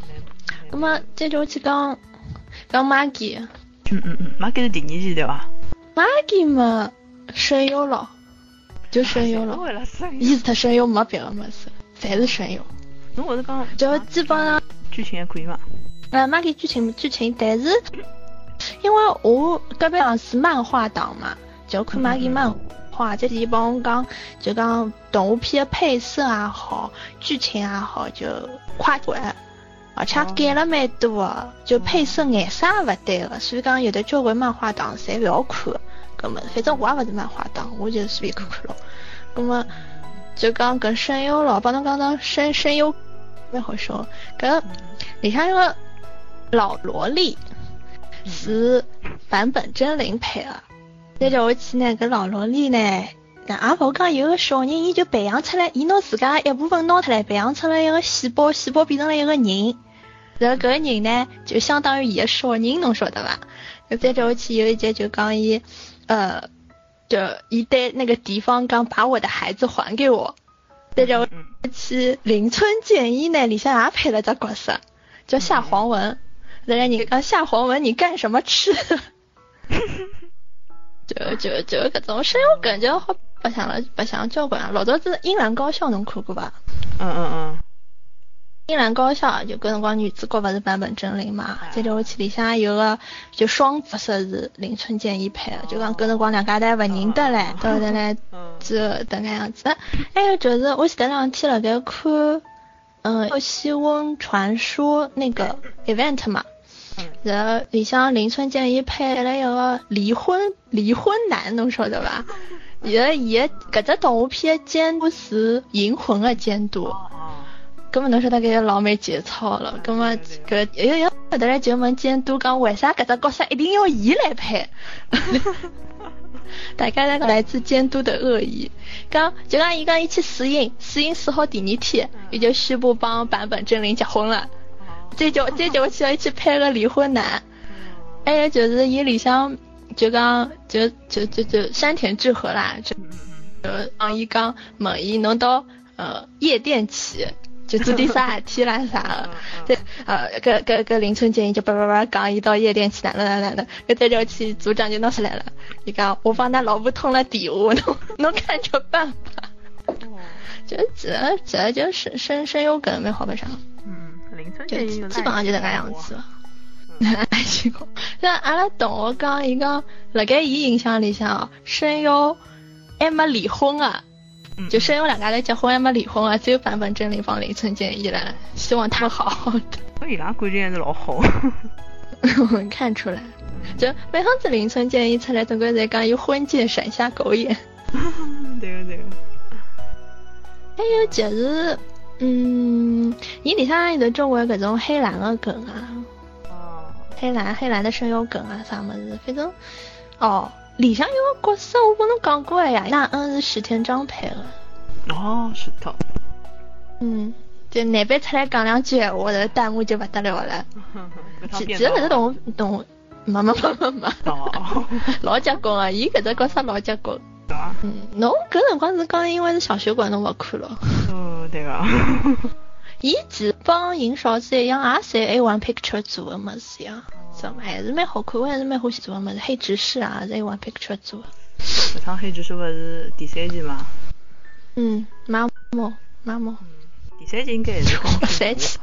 Speaker 2: 那
Speaker 3: 蛮
Speaker 2: 么接着我去讲讲 Maggie，Maggie
Speaker 3: 嗯嗯嗯，马该是第二季对伐？
Speaker 2: 嘛，声优了，就声优了
Speaker 3: 谁。为了声优，
Speaker 2: 伊是特声优，没别的么子，侪是声优。
Speaker 3: 侬勿是讲
Speaker 2: 就基本上，
Speaker 3: 剧情还可以嘛？
Speaker 2: 呃，没给剧情剧情，但是因为我隔壁上是漫画党嘛，就看没给漫画，这里帮我讲，就讲动画片的配色也好，剧情也好，就跨过来。而且改了蛮多的，就配色颜色也勿对个，所以讲有的交关漫画党侪勿要看。葛么，反正我也勿是漫画党，我就随便看看咯。葛么，就讲搿声优咯，帮侬讲讲声声优蛮好笑。搿里向有个老萝莉是坂本真绫配的，再叫我去呢，搿老萝莉呢，那也勿好讲有个小人，伊就培养出来，伊拿自家一部分拿出来，培养出来一个细胞，细胞变成了一个人。然后搿个人呢，就相当于伊个小人，侬晓得伐？搿再叫我去有一节就讲伊，呃，就伊对那个敌方讲把我的孩子还给我。再叫我
Speaker 3: 嗯
Speaker 2: 去邻村建一呢，里向也配了只角色，叫夏黄文。人家你讲夏黄文，你干什么吃？就就就搿种声优感觉好白相了，白相交关啊。老早子《樱兰高校》侬看过伐？
Speaker 3: 嗯嗯
Speaker 2: 英兰高校就搿辰光女主角勿是版本真绫嘛，再叫我去里向有个就双角色是林春建一配的，就讲搿辰光两家头勿认得嘞，到后头呢
Speaker 3: 嗯
Speaker 2: 哎
Speaker 3: 嗯，
Speaker 2: 就迭个样子。还有就是我前头两天辣盖看嗯、呃，西翁传说那个 event 嘛，然后里向林村健一配了一个离婚离婚男，侬晓得伐？伊个伊个搿只动画片监督是银魂个监督，根本侬晓得搿个老蛮节操了，葛末搿有有后头来就问监督讲为啥搿只角色一定要伊来配？ 大家那个来自监督的恶意，刚就刚伊刚一去试映，试映试好第二天，伊就宣布帮坂本真绫结婚了。这就这就去要去拍个离婚男，还有就是伊里向就讲就就就就山田智和啦，就就让伊讲问伊侬到呃夜店去。就做点啥 事体啦啥的，对，呃，搿搿搿林春建议就叭叭叭讲，伊到夜店去哪能哪能的，搿再叫去组长就拿出来了，伊讲我帮他老婆通了电话，侬侬看着办吧。就这这就声声声优梗没好不上。
Speaker 3: 嗯，林春
Speaker 2: 就
Speaker 3: 建议
Speaker 2: 基本上就这个样子。 爱情公，但阿拉同学讲，伊讲辣盖伊印象里向，哦声优还没离婚啊。就声优两家头结婚还没离婚啊，只有坂本真绫帮林村健一了，希望他们好好的。
Speaker 3: 那伊拉感情还是老好。
Speaker 2: 看出来，就每趟子林村健一出来，总归在讲伊婚戒闪瞎狗眼。
Speaker 3: 对啊个对个。
Speaker 2: 还有就是，嗯，伊里向有得交关搿种黑蓝个梗啊，
Speaker 3: 哦，
Speaker 2: 黑蓝黑蓝的声优梗啊啥物事，反正哦。里向有个角色，我跟侬讲过呀，那恩是石田章配
Speaker 3: 的。哦，是 的。
Speaker 2: 嗯，就难边出来讲两句闲话，这弹幕就不得了了。其其实搿只动动，没没没没没。
Speaker 3: 哦。
Speaker 2: 老结棍啊！伊搿只角色老结棍。
Speaker 3: 对啊。
Speaker 2: 嗯，侬搿辰光是讲因为是小学馆侬勿看了。
Speaker 3: 哦，对个。
Speaker 2: 伊其实帮银勺子一样，也是 A One Picture 做的么子呀。怎么还是蛮好看，我还是蛮欢喜做个么子。黑执事啊，在 One Picture 做的。
Speaker 3: 搿趟黑执事勿是第三季吗？
Speaker 2: 嗯，妈妈妈妈。
Speaker 3: 第三季应该也是
Speaker 2: 第三季。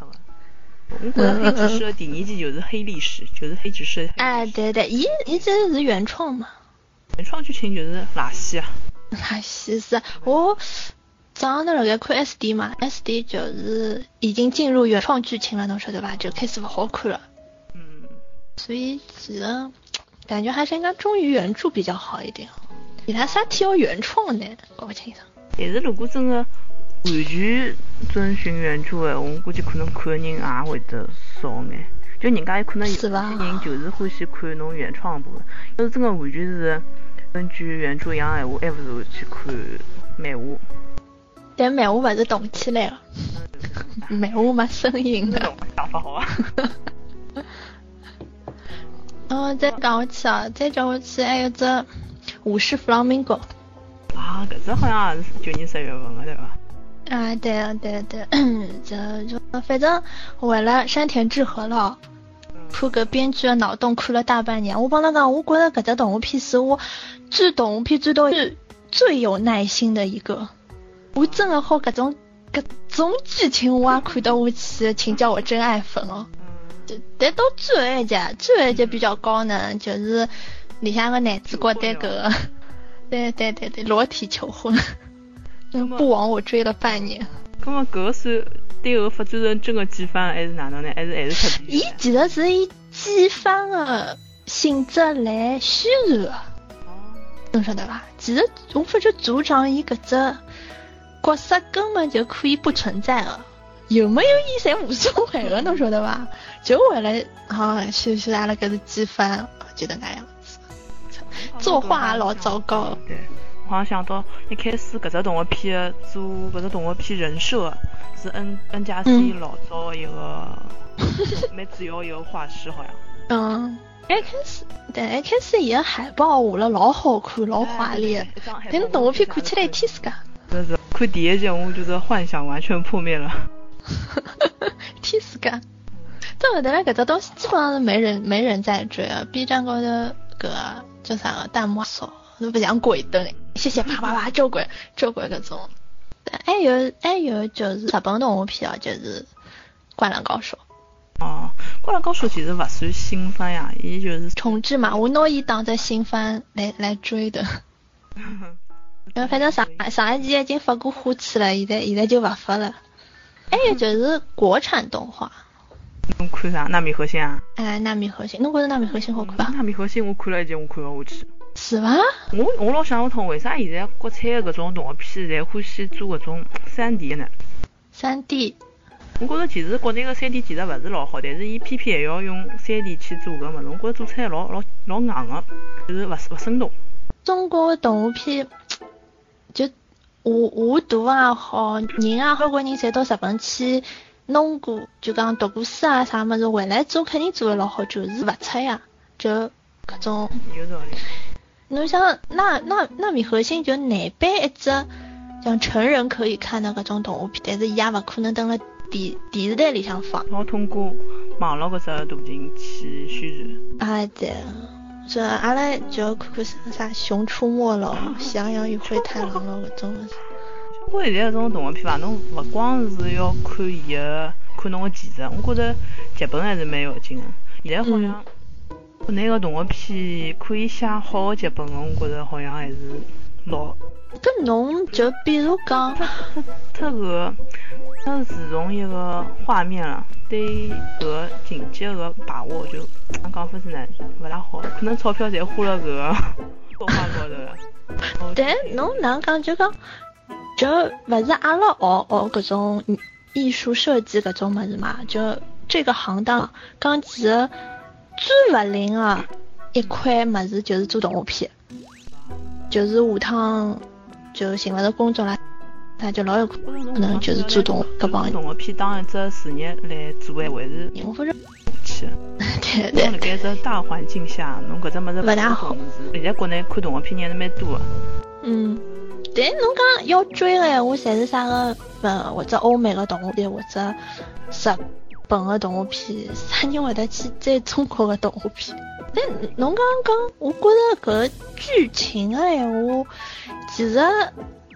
Speaker 3: 我觉得黑执事的第二季就是黑历史，就是黑执事。
Speaker 2: 哎，对对，伊伊这是原创嘛？
Speaker 3: 原创剧情就是垃圾啊！
Speaker 2: 垃圾是，我早上头辣盖看 S D 嘛，S D 就是已经进入原创剧情了，侬晓得伐？就开始勿好看了。
Speaker 3: 嗯
Speaker 2: 所以其实感觉还是应该忠于原著比较好一点。伊拉啥体要原创呢？搞不清爽。
Speaker 3: 但是如果真的完全遵循原著的，我估计可能看的人也会得少眼。就人家有可能有些人就是欢喜看侬原创部分。要是真的完全是根据原著一样闲话，还不如去看漫画。
Speaker 2: 但漫画勿是动起来了，漫画没声音的。
Speaker 3: 想法好啊。
Speaker 2: 哦，再讲下去啊，再讲下去还有只武士弗朗明哥。
Speaker 3: 啊，搿只好像也是九年十月份的对伐？
Speaker 2: 啊，对啊，对啊，对啊，这就反正为了山田智和了，看搿编剧的脑洞看了大半年。我帮他讲，我觉着搿只动画片是我制动画片最多最最有耐心的一个。我真的好搿种搿种剧情我也看得下去，请叫我真爱粉哦。但到最后一集，最后一集比较高呢，就是里向个男主角对搿个，对对对对，裸体求 婚，嗯，不枉我追了半年。
Speaker 3: 那么搿个算对后发展成真个机翻，还是哪能呢？还是还是特别？
Speaker 2: 伊其实是以机翻个性质来宣传个，侬晓得伐？其实我发觉组长伊搿只角色根本就可以不存在个。有没有意侪无所谓了，侬晓得伐？就为了啊，去去阿拉搿是机翻，就得那样子。作画老糟糕。
Speaker 3: 对，我好像想到一开始搿只动画片做搿只动画片人设是 N N 加 C
Speaker 2: 嗯
Speaker 3: 老早一个 蛮主要一个画师，好像。
Speaker 2: 嗯，一开始，但一开始伊个海报画了老好看，老华丽，
Speaker 3: 哎
Speaker 2: 但动画片看起来一天世界。
Speaker 3: 真是看第一集，我就是幻想完全破灭了。
Speaker 2: 天世界，这后头来搿只东西基本上是没人没人在追啊，B 站高头搿叫啥个弹幕少，都不像鬼灯，谢谢啪啪啪交关交关搿种。还有还有就是日本动画片啊，就是《灌篮高手》。
Speaker 3: 哦，《灌篮高手》其实勿算新番呀，伊就是
Speaker 2: 重置嘛，我拿伊当只新番来来追的。因为反正上上一季已经发过花痴了，现在现在就勿发了。还有就是国产动画，
Speaker 3: 侬看啥？纳米核心啊？
Speaker 2: 哎，纳米核心，侬觉得纳米核心好看伐？
Speaker 3: 纳米核心我看了一集，我看勿下去。
Speaker 2: 是伐？
Speaker 3: 我我老想勿通，为啥现在国产的搿种动画片侪欢喜做搿种三 D 的呢？
Speaker 2: 三 D，
Speaker 3: 我觉着其实国内个三 D 技术勿是老好，但是伊偏偏还要用三 D 去做搿物事，我觉着做出来老老老硬个，就是勿勿生动。
Speaker 2: 中国的动画片就画画图也好，啊人也好，交关人侪到日本去弄过，就讲读过书啊啥物事，回来做肯定做得老好，就是勿出呀，就搿种。
Speaker 3: 有道理。
Speaker 2: 侬像那那那米核心就难办一只像成人可以看的搿种动画片，但是伊也勿可能登了电电视台里向放。
Speaker 3: 然后通过网络搿只途径去宣传。
Speaker 2: 啊对，所以阿拉就要看看啥啥《熊出没》咯，《喜羊羊与灰太狼》咯搿种物事。
Speaker 3: 我现在搿种动画片伐，侬勿光是要看伊个，看侬个技术，我觉着剧本还是蛮要紧个。现在好像国内个动画片可以写好个剧本个，我觉着好像还是老
Speaker 2: 搿侬就比如讲，
Speaker 3: 特个，那自从一个画面了，对搿个情节个把握就哪讲法子呢，勿大好，可能钞票侪花了搿个动画高头了。哦
Speaker 2: 但侬哪能讲就讲，就勿是阿拉学学搿种艺术设计搿种物事嘛，就这个行当讲其实最勿灵个一块物事就是做动画片，就是下趟就寻勿着工作啦，那就老有可
Speaker 3: 可
Speaker 2: 能就是做动搿帮人。
Speaker 3: 动画片当一只事业来做，还是
Speaker 2: 我不是，
Speaker 3: 去。
Speaker 2: 对
Speaker 3: 侬
Speaker 2: 对
Speaker 3: 辣盖只大环境下，侬搿只物事
Speaker 2: 勿大好
Speaker 3: 懂事。现在国内看动画片人还是蛮多个，
Speaker 2: 嗯，但侬讲要追个闲话，侪是啥个呃，或者欧美个动画片，或者日本个动画片，啥人会得去追中国个动画片？但侬刚刚讲，我觉着搿剧情个闲话，其实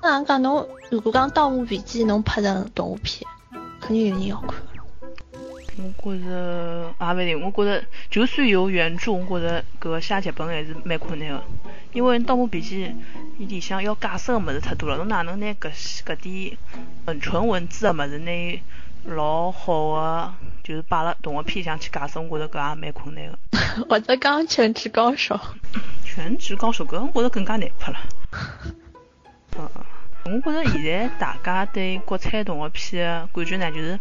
Speaker 2: 哪能讲侬如果讲《盗墓笔记》侬拍成动画片，肯定有人要看。
Speaker 3: 我觉着也勿一定。我觉着就算有原著，我觉着搿个写剧本还是蛮困难个，因为《盗墓笔记》伊里向要解释个物事太多了，侬哪能拿搿些搿点嗯纯文字个物事拿老好个就是摆辣动画片里向去解释，我觉着搿也蛮困难个。
Speaker 2: 或者讲《全职高手》，
Speaker 3: 全职高手搿我觉着更加难拍了。嗯，我觉着现在大家对国产动画片的感觉呢，就是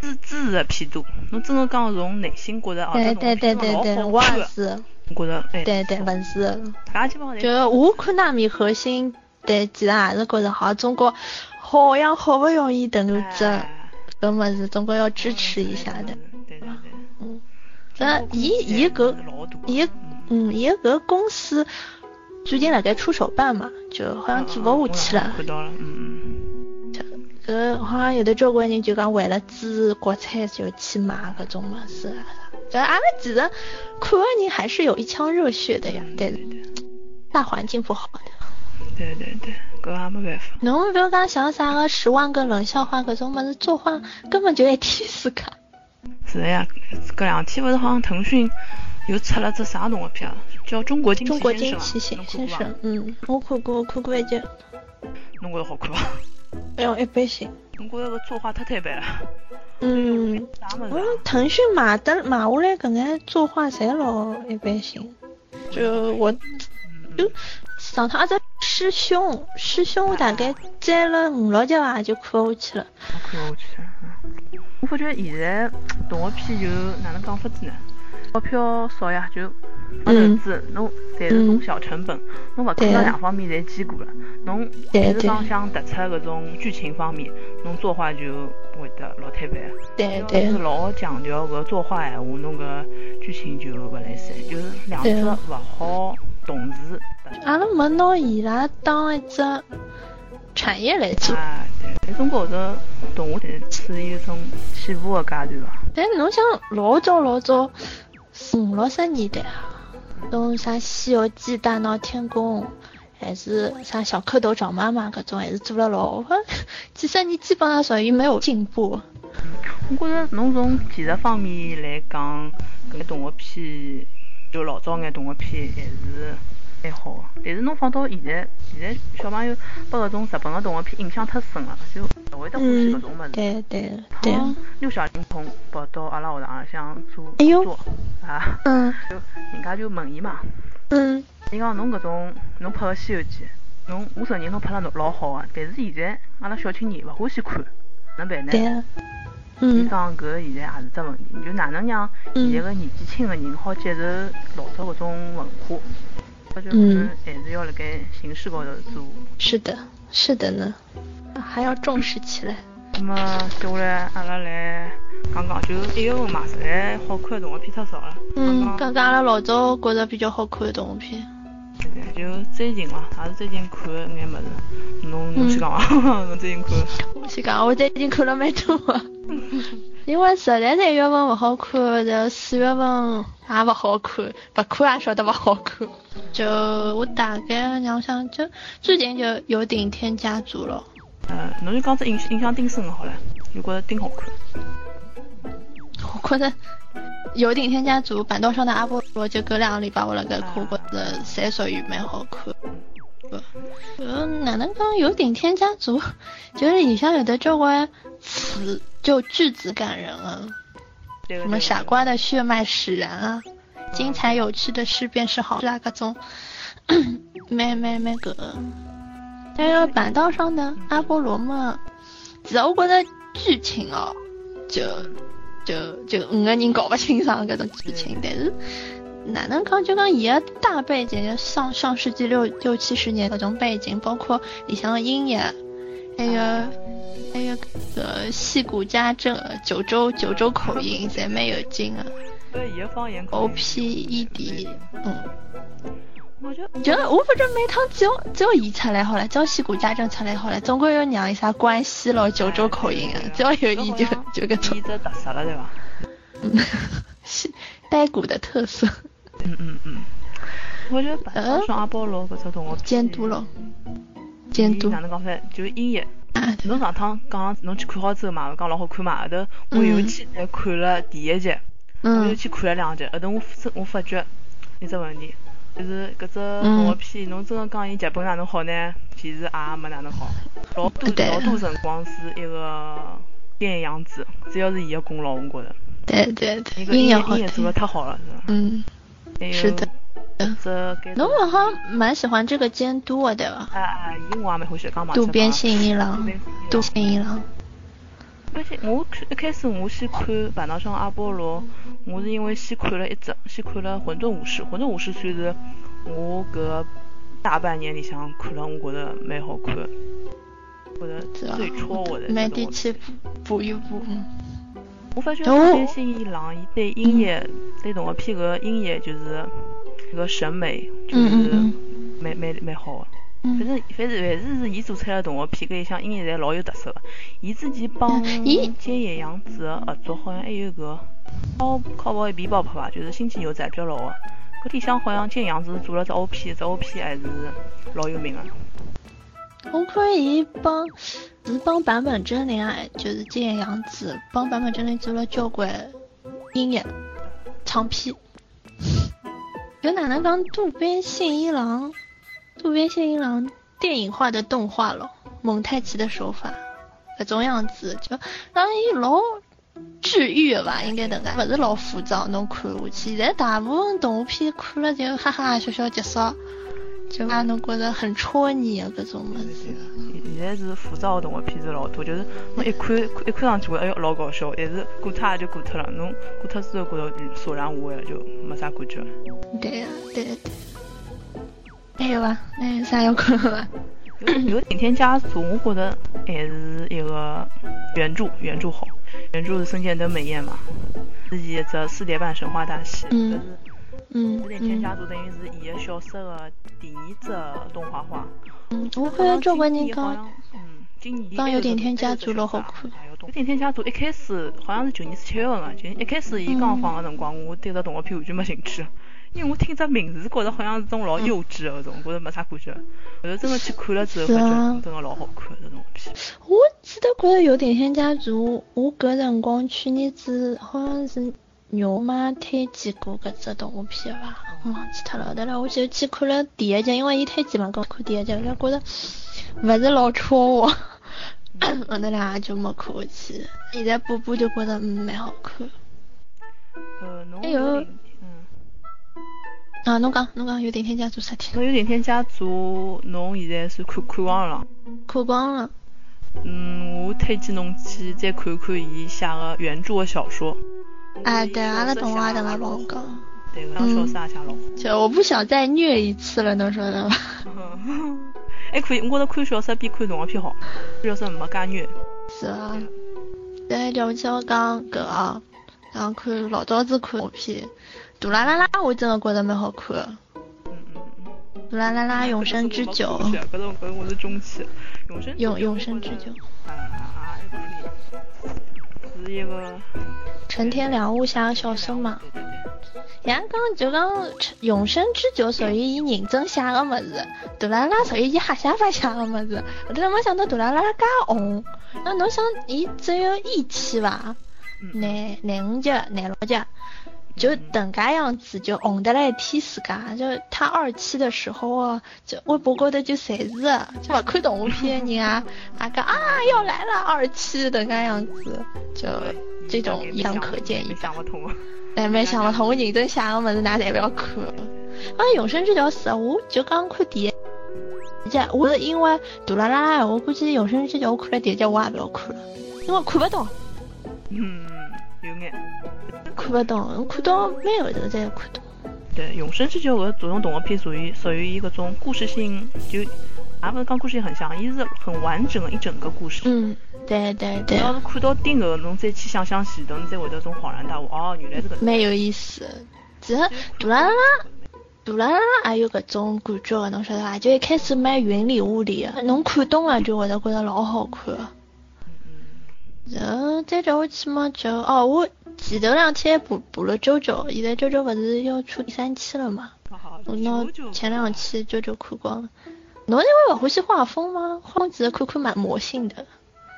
Speaker 3: 支支持的偏多。侬真的讲从内心觉着哦，
Speaker 2: 对
Speaker 3: 这
Speaker 2: 对对对对，
Speaker 3: 动画片真的老
Speaker 2: 我
Speaker 3: 好看
Speaker 2: 也
Speaker 3: 的。
Speaker 2: 是，
Speaker 3: 我觉着哎，
Speaker 2: 对对，文字。
Speaker 3: 大家基本上侪
Speaker 2: 就是我看纳米核心，但其实也是觉着好像中国好像好不容易等到这
Speaker 3: 哎
Speaker 2: 搿么子，总归要支持一下的。
Speaker 3: 对对对。
Speaker 2: 嗯，
Speaker 3: 中
Speaker 2: 这
Speaker 3: 国公司
Speaker 2: 伊伊搿
Speaker 3: 老大
Speaker 2: 伊
Speaker 3: 嗯
Speaker 2: 嗯伊搿公司最近辣盖出手办嘛，就好像做勿下去了
Speaker 3: 嗯嗯嗯嗯我。看到了，嗯
Speaker 2: 搿好像有的交关人就讲为了支持国产就去买搿种物事啊啥。搿阿拉其实看个人还是有一腔热血的呀
Speaker 3: 嗯，，
Speaker 2: 但
Speaker 3: 对
Speaker 2: 是
Speaker 3: 对
Speaker 2: 大环境不好的。
Speaker 3: 对对对，搿也没办法。
Speaker 2: 侬勿要讲像啥个十万个冷笑话搿种物事作画，根本就一天世界。
Speaker 3: 是的呀，搿两天勿是好像腾讯又出了只啥动画片啊？叫《中国惊
Speaker 2: 中国
Speaker 3: 奇
Speaker 2: 惊奇
Speaker 3: 先
Speaker 2: 先
Speaker 3: 生
Speaker 2: 先
Speaker 3: 啊》
Speaker 2: 生，嗯，我
Speaker 3: 侬看过伐？
Speaker 2: 看过，我看过一集，
Speaker 3: 侬觉着好看伐？
Speaker 2: 哎呦，一般性。
Speaker 3: 侬觉着搿作画太太板了，
Speaker 2: 嗯，
Speaker 3: 啥物
Speaker 2: 我
Speaker 3: 事啊？
Speaker 2: 腾讯买的买下来搿眼作画侪老一般性，就我
Speaker 3: 嗯
Speaker 2: 就上趟阿只师兄，师兄我大概追了五六集伐，就看勿下去了。
Speaker 3: 我看下去了。嗯我发觉现在动画片就哪能讲法子呢？钞票少呀，就没投资，
Speaker 2: 嗯
Speaker 3: 侬侪是种小成本，侬勿可
Speaker 2: 对
Speaker 3: 能
Speaker 2: 啊
Speaker 3: 两方面侪兼顾了。侬
Speaker 2: 对
Speaker 3: 就是
Speaker 2: 对
Speaker 3: 讲想突出搿种剧情方面，侬作画就会得老太板。
Speaker 2: 对
Speaker 3: 要
Speaker 2: 对
Speaker 3: 是老强调搿作画闲话，侬搿剧情就勿来三，就是两只
Speaker 2: 对啊
Speaker 3: 勿好同时搭
Speaker 2: 阿拉没拿伊拉当一只产业来做。
Speaker 3: 啊。对，在中国搿只动画是处于一种起步的阶段伐？
Speaker 2: 但哎侬想老早老早四五六十年代啊，种啥《西游记》《大闹天宫》，还是啥小蝌蚪找妈妈搿种，还是做了老， 我几十年基本上属于没有进步。
Speaker 3: 我觉着侬从技术方面来讲，搿眼动画片就老早眼动画片还是还好个。但是侬放到现在，现在小朋友被搿种日本个动画片影响太深了，就勿会得欢喜搿种物事。
Speaker 2: 嗯对对嗯对，
Speaker 3: 像六小龄童跑到阿拉学堂里向做
Speaker 2: 哎呦
Speaker 3: 做啊，
Speaker 2: 嗯
Speaker 3: 就人家就问伊嘛，
Speaker 2: 嗯，
Speaker 3: 伊讲侬搿种侬拍个《西游记》，侬我承认侬拍了老好个，但是现在阿拉小青年勿欢喜看，哪能办呢？
Speaker 2: 对啊，嗯
Speaker 3: 伊讲搿个现在也是只问题，就哪能让
Speaker 2: 嗯
Speaker 3: 现在个年纪轻个人好接受老早搿种文化？我觉得可能还是要辣盖形式高头做。
Speaker 2: 是的，是的呢，还要重视起来。
Speaker 3: 那么接下来阿拉来讲讲，就一月份嘛，实在好看的动画片太少了。
Speaker 2: 嗯，
Speaker 3: 刚
Speaker 2: 刚刚阿拉老早觉着比较好看的动画片，
Speaker 3: 对就最近嘛，也是最近看的眼物事。侬侬
Speaker 2: 嗯
Speaker 3: 先讲伐？ 侬最近看？
Speaker 2: 我先讲，我最近看了蛮多的， 因为实在是一月份勿好看，然后四月份也勿好看，勿看也晓啊得勿好看。就我大概让我想，就最近就有顶天家族了。
Speaker 3: 呃，侬就讲只印印象挺深个好了，就觉着挺好看。
Speaker 2: 我觉得有顶天家族、板道上的阿波罗，就搿两个礼拜我辣盖看，觉着侪属于蛮好看。呃，哪能讲有顶天家族？就是里向有的交关词就句子感人啊，
Speaker 3: 对个
Speaker 2: 什么傻？瓜的血脉使然啊，精彩有趣的事便是好事啊，各 种蛮蛮蛮搿个。但是板道上的阿波罗嘛，其实我觉得剧情哦，就就就五个人搞不清爽搿种剧情，但是哪能讲就讲伊个大背景，就上上世纪六六七十年搿种背景，包括里向的音乐，还有还有搿戏骨家政、呃九州九州口音，侪蛮有劲啊个
Speaker 3: 对个，伊个方言可能
Speaker 2: ，O P E D，嗯。
Speaker 3: 我觉得
Speaker 2: 就我不觉得每趟只要只要伊出来好了，只要西谷家政出来好了，总归要让伊啥关系咯，九州口音啊，只要有伊就就搿种
Speaker 3: 伊只特色了，对伐？
Speaker 2: 西带骨的特色
Speaker 3: 嗯嗯嗯，我觉得白
Speaker 2: 呃
Speaker 3: 双阿波罗搿只动画片
Speaker 2: 监督咯，监督
Speaker 3: 伊哪能讲法？就是音乐。
Speaker 2: 啊，
Speaker 3: 侬上趟讲侬去看好之后嘛，讲老好看嘛，后头我又去再看了第一集，我又
Speaker 2: 嗯
Speaker 3: 去看了两集，后头我发我发觉有只问题，就是搿只
Speaker 2: 嗯
Speaker 3: 动画片，侬真个讲伊剧本哪能好呢？其实也没哪能好，老多
Speaker 2: 对
Speaker 3: 老多辰光是一个电样子，主要是伊个功劳，我觉着，
Speaker 2: 对对
Speaker 3: 伊
Speaker 2: 对，
Speaker 3: 个音
Speaker 2: 音乐
Speaker 3: 乐
Speaker 2: 好
Speaker 3: 音乐做得
Speaker 2: 听，
Speaker 3: 太好了，是吧？
Speaker 2: 嗯，
Speaker 3: 还有
Speaker 2: 是的
Speaker 3: 搿只该
Speaker 2: 侬好像蛮喜欢这个监督的对吧？
Speaker 3: 啊啊！伊我也蛮欢喜讲嘛。
Speaker 2: 渡边信一郎，渡
Speaker 3: 渡
Speaker 2: 边信一郎，
Speaker 3: 而且我看一开始我先看《板道上阿波罗》，我是因为先看了一只，先看了《混沌武士》。《混沌武士》算是我搿大半年里向看了，我觉着蛮好看的，觉
Speaker 2: 是
Speaker 3: 着
Speaker 2: 吧
Speaker 3: 最戳我的。
Speaker 2: 蛮地气补一补，
Speaker 3: 我发觉渡
Speaker 2: 哦
Speaker 3: 边信一郎伊对
Speaker 2: 嗯
Speaker 3: 音乐，对动画片搿音乐就是搿个审美，就是
Speaker 2: 嗯嗯
Speaker 3: 蛮蛮蛮好啊的。
Speaker 2: 嗯
Speaker 3: 反正反正凡是是伊做出来的动画片，搿一项音乐侪老有特色的。伊之前帮
Speaker 2: 嗯伊
Speaker 3: 菅野洋子呃的合作，好像还哎有个靠靠跑一皮包拍吧，就是《星际牛仔》比较老啊的。搿里向好像菅野洋子做了只 OP，只 OP 还是老有名的。
Speaker 2: 我看伊帮是帮坂本真绫啊，就是菅野洋子帮坂本真绫做了交关音乐唱片。 有哪能讲渡边信一郎？渡边信一郎电影化的动画咯，蒙太奇的手法，搿种样子就让伊老治愈的吧，应该能介，勿是老浮躁，侬看下去。现在大部分动画片看了就哈哈笑笑结束，就让侬觉着很戳你的搿种物事。
Speaker 3: 现在是浮躁的动画片是老多，就是侬一看看一看上去觉得哎哟老搞笑，但是过脱也就过脱了，侬过脱之后觉着嗯索然无味了，就没啥感觉了。
Speaker 2: 对呀、对对。还有啊，还有啥要看的吗？
Speaker 3: 有有顶天家族，我觉得还是一个原著，原著好，原著是森见登美彦嘛，自己一只四叠半神话大戏，
Speaker 2: 嗯
Speaker 3: 但是
Speaker 2: 嗯
Speaker 3: 有顶天
Speaker 2: 嗯
Speaker 3: 家族等于是伊个小说的第二只动画化。
Speaker 2: 嗯，我看到交关人
Speaker 3: 好
Speaker 2: 讲，
Speaker 3: 像嗯，今年
Speaker 2: 当有顶天家族了好看
Speaker 3: 有顶天家族一开始好像是去年是七月份个，就一开始伊刚放个辰光，我对搿动画片完全没兴趣，因为我听只名字觉着好像是种老幼稚个搿种，觉着没啥感觉。后头真个去看了之后，
Speaker 2: 是
Speaker 3: 发
Speaker 2: 啊
Speaker 3: 觉嗯真个老好看搿动画片。
Speaker 2: 我记得觉着有顶天家族，我搿辰光去年子好像是牛妈推荐过搿只动画片伐？我忘记脱了。但了，我就去看了第一集，因为伊推荐嘛，跟我看第一集，后来觉着勿是老戳我， 后头啦就没看下去。现在补补就觉着嗯蛮好看。
Speaker 3: 呃，侬
Speaker 2: 哎
Speaker 3: 有
Speaker 2: 呦
Speaker 3: 顶嗯，
Speaker 2: 啊，侬讲侬讲有顶天家做啥体？
Speaker 3: 侬有顶天家族，侬现在算看看光了。
Speaker 2: 看光了。
Speaker 3: 嗯，我推荐侬去再看看伊写个原著的小说。
Speaker 2: 啊，对，阿拉同学
Speaker 3: 阿
Speaker 2: 同阿帮我讲，
Speaker 3: 对，阿拉小
Speaker 2: 嗯
Speaker 3: 说也写 老好。
Speaker 2: 就我不想再虐一次了，侬说的吧？
Speaker 3: 嗯还可以，我觉着看小说比看动画片好，看小说没介虐。
Speaker 2: 是啊。对，就像我讲搿啊，然后看老早子看动画片，《杜啦啦啦》我真的觉得蛮好看的。
Speaker 3: 嗯嗯嗯。
Speaker 2: 杜啦啦啦，永生之久，
Speaker 3: 搿种搿种我是中气，永生
Speaker 2: 永永生之久，
Speaker 3: 啊啊还可以，是一个
Speaker 2: 陈天良武写的小说嘛。
Speaker 3: 对对对，
Speaker 2: 人家讲就讲陈永生之久属于伊认真写个物事，杜啦啦属于伊瞎写法写个物事。后头没想到杜啦啦啦介红，那侬想伊只有一期伐？
Speaker 3: 嗯
Speaker 2: 廿廿五集、廿六集，就等噶样子就红得来一天自噶。就他二期的时候啊，就微博高头就侪是，就勿看动画片的人啊，啊讲啊要来了二期等噶样子，就
Speaker 3: 嗯
Speaker 2: 这种一样可见一
Speaker 3: 也
Speaker 2: 斑。
Speaker 3: 想不通啊。
Speaker 2: 但蛮想勿通，我认真写个物事，㑚侪勿要看。啊，永生这条蛇，我就刚看第一集，我是因为杜啦啦啦，我估计永生这条我看了第一集，我也勿要看了，因为看勿懂，
Speaker 3: 嗯，有眼。
Speaker 2: 看勿懂，看到蛮后头才看懂。
Speaker 3: 对，永生之久搿种动画片属于属于一个种故事性，就也勿是讲故事性很像，伊是很完整的一整个故事。
Speaker 2: 嗯，对对对
Speaker 3: 侬，要是看到顶头，侬再去想想前头，侬再会得种恍然大悟，哦，原来是搿能。
Speaker 2: 蛮有意思。其实杜啦啦啦，杜啦啦啦也有搿种感觉哎个，侬晓得伐？就一开始蛮云里雾里啊的，侬看懂了就会得觉得老好看。然后再叫我去嘛就哦，我前头两天补补了周周，现在周周勿是要出第三期了嘛？
Speaker 3: 好好
Speaker 2: 我拿
Speaker 3: 就
Speaker 2: 前两期周周看光了。侬是因为勿欢喜画风吗？画风其实看看蛮魔性的。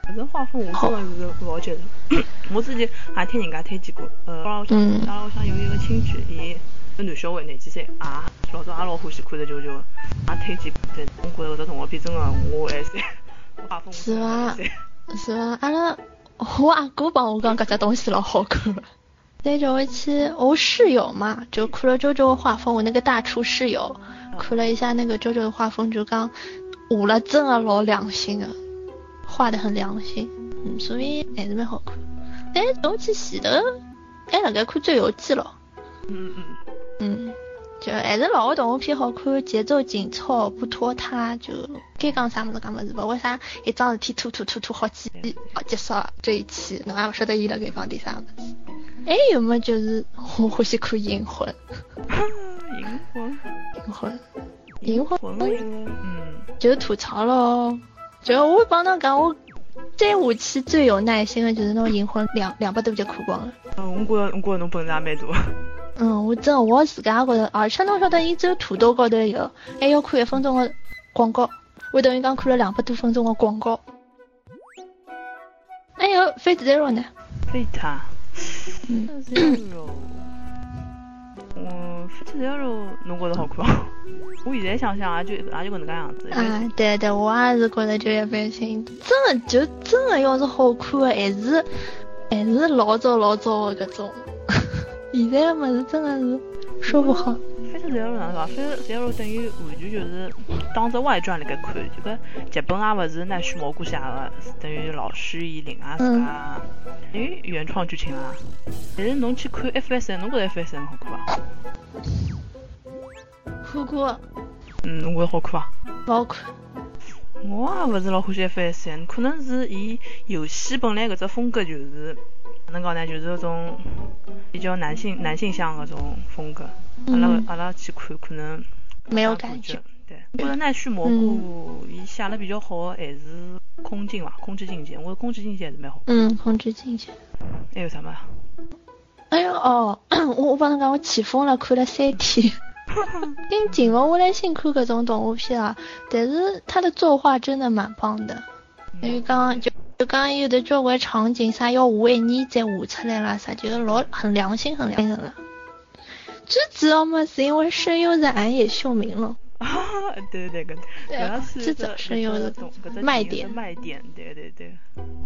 Speaker 3: 反正画风我真的是勿好接受。我之前也听人家推荐过，呃，阿拉屋里
Speaker 2: 嗯
Speaker 3: 阿拉屋里向有一个亲戚，伊是男小孩，廿几岁，也老早也老欢喜看的舅舅，也推荐过。但是我觉着搿只动画片真的我还是画风我
Speaker 2: 是
Speaker 3: 真的
Speaker 2: 伐
Speaker 3: 还是
Speaker 2: 是伐？阿拉我阿哥帮我讲搿只东西老好看。再叫我去，我哦室友嘛，就看了周周的画风，我那个大厨室友看了一下那个周周的画风，就讲画了真的老良心的，画的很良心，嗯，所以还是蛮好哎看。但是我去前头还辣盖看《最游记》了，
Speaker 3: 嗯嗯
Speaker 2: 嗯，就还是老个动画片好看，节奏紧凑，不拖沓，就该讲啥物事讲物事吧。为啥一桩事体拖拖拖拖好几好结束了这一期，侬也勿晓得伊辣盖放点啥物事。还哎有么就是我欢喜看《银魂》，
Speaker 3: 嗯，银魂，
Speaker 2: 《银魂》，《
Speaker 3: 银
Speaker 2: 银
Speaker 3: 魂
Speaker 2: 魂，
Speaker 3: 嗯，
Speaker 2: 就是吐槽咯。就我帮侬讲，我再下去最有耐心的就是那种《银魂》两两百多集看光了。
Speaker 3: 呃，我觉着我觉着侬本事也蛮大。
Speaker 2: 嗯，我真的我自家也觉得，而且侬晓得，伊只有土豆高头有，还要看一分钟的广告，我等于讲看了两百多分钟的广告。哎还有 Fate Zero 呢？
Speaker 3: 贝塔。
Speaker 2: 嗯，
Speaker 3: Zero，我 Fate Zero 侬觉着好看伐？ 我现在想想也就也就搿能介样子。
Speaker 2: 啊，对对，我也是觉得就一般性，真的就真的要是好看的，还是还是老早老早的搿种， 现在的物事真的是说不好。
Speaker 3: Fate Zero 哪能啊讲？Fate Zero 等于完全就是当只外传辣盖看，就搿剧本也勿是那须蘑菇写个，是等于老师伊另外自家等于原创剧情啊。但是侬去看 FSN，侬觉着 FSN 好看伐？
Speaker 2: 看过，
Speaker 3: 嗯，侬觉着好看伐？
Speaker 2: 不好看。
Speaker 3: 我也勿是老欢喜 FSN，可能是伊游戏本来搿只风格就是，哪能讲呢，就是搿种比较男性男性向搿种风格。阿拉
Speaker 2: 嗯
Speaker 3: 阿拉去看可能
Speaker 2: 没有
Speaker 3: 也
Speaker 2: 感觉。。嗯
Speaker 3: 对，我觉得奈绪蘑菇伊写了比较好的还是空境伐，空之境界，我觉得空之境界还是蛮好。
Speaker 2: 嗯，控制境界。
Speaker 3: 还有 啥么？
Speaker 2: 哎呦哦， 我我帮侬讲，我起风了，看了三天。因静勿下来心看搿种动画片啊，但是他的作画真的蛮棒的。因为刚刚就就讲有的交关场景啥要画一年才画出来了，啥就是老很良心，很良心了。最主要嘛是因为声优是俺野秀明了，
Speaker 3: 啊， 对对对，
Speaker 2: 对
Speaker 3: 主要
Speaker 2: 这
Speaker 3: 是
Speaker 2: 种是有
Speaker 3: 的懂搿只
Speaker 2: 卖点
Speaker 3: 电影的卖点，对对对。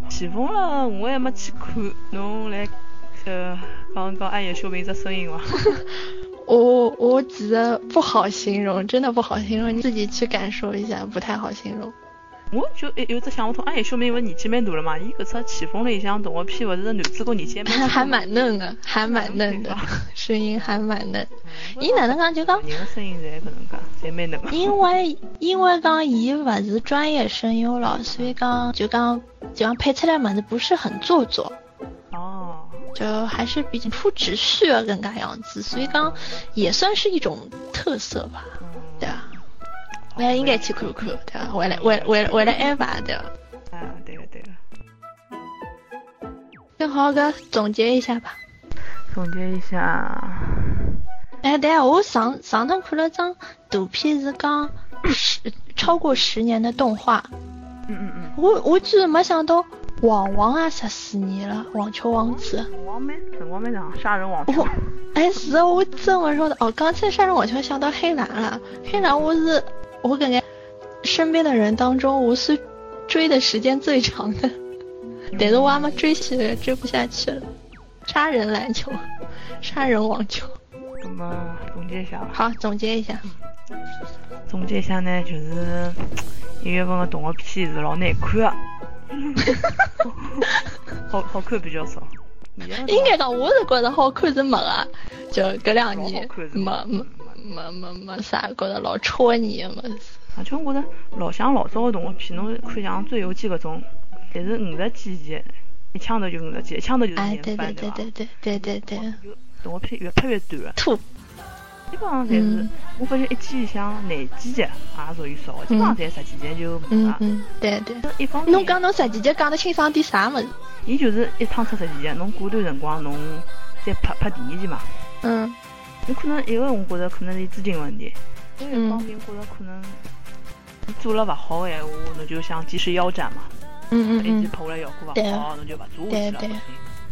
Speaker 3: 前锋了，我还没去看，侬来呃讲讲暗夜秀明只声 音伐？
Speaker 2: 我我只是不好形容，真的不好形容，你自己去感受一下，不太好形容。
Speaker 3: 我就有有只想不通，暗夜秀明勿是年纪蛮大了嘛？伊搿只前锋里向动画片勿是男主角年纪还蛮轻 的嘛
Speaker 2: 还蛮嫩的，还蛮嫩的
Speaker 3: 嗯，
Speaker 2: 声音还蛮嫩。伊哪能讲就讲，
Speaker 3: 人的声音侪搿能介，侪蛮能个。
Speaker 2: 因为因为讲伊勿是专业声优了，所以讲就讲就讲配出来么子不是很做作，
Speaker 3: 哦，
Speaker 2: 就还是比较不直叙的搿能介样子，所以讲也算是一种特色吧，对
Speaker 3: 啊，
Speaker 2: 吧？我也应该去看看，对吧？为了为了为了为了爱吧，对吧？
Speaker 3: 啊，对个对个。
Speaker 2: 正好搿总结一下吧。
Speaker 3: 总结一下，
Speaker 2: 哎，对啊，我上上趟看了张图片，是讲十超过十年的动画，
Speaker 3: 嗯嗯嗯。
Speaker 2: 我我居然没想到网王也十四年了，网球王子。
Speaker 3: 辰光蛮辰光蛮长，杀人网球
Speaker 2: 我。哎是啊，我真没说的哦，刚才杀人网球想到黑兰了，黑兰我是我感觉身边的人当中我是追的时间最长的，但是我还没追起来，追不下去了。杀人篮球，杀人网球。
Speaker 3: 那么总结一下吧。
Speaker 2: 好，总结一下，
Speaker 3: 总结一下呢，就是一月份的动画片是老难看 的，好好看比较少。
Speaker 2: 应该讲我是觉得好看是没个，就搿两年
Speaker 3: 老好看是
Speaker 2: 没
Speaker 3: 没
Speaker 2: 没没没没啥觉得老戳你的么子。
Speaker 3: 而且我觉着老乡老早的动画片，侬看像《最游记》搿种，侪是五十几集，一枪头就五十集，一枪头就是
Speaker 2: 哎，
Speaker 3: 年
Speaker 2: 对对
Speaker 3: 番，
Speaker 2: 对
Speaker 3: 伐？
Speaker 2: 对对对对对，
Speaker 3: 有动画片越拍越短了，
Speaker 2: 吐
Speaker 3: 基本上侪是
Speaker 2: 嗯，
Speaker 3: 我发现一季里向廿几集也属于少的，基本上侪十几集就没
Speaker 2: 嗯
Speaker 3: 了。
Speaker 2: 嗯，对对。
Speaker 3: 一方面
Speaker 2: 侬，讲侬十几集讲得清爽点啥么子？
Speaker 3: 伊就是一趟出十几集，侬过段辰光侬再拍拍第二集嘛。
Speaker 2: 嗯
Speaker 3: 有可能一个我觉着可能是资金问题，另一方
Speaker 2: 嗯
Speaker 3: 面觉着可能你做了勿好的闲话，侬就想及时腰斩嘛，
Speaker 2: 嗯嗯
Speaker 3: 一直
Speaker 2: 嗯，
Speaker 3: 拍下来效果
Speaker 2: 对
Speaker 3: 勿好，侬就勿做下去了。
Speaker 2: 对对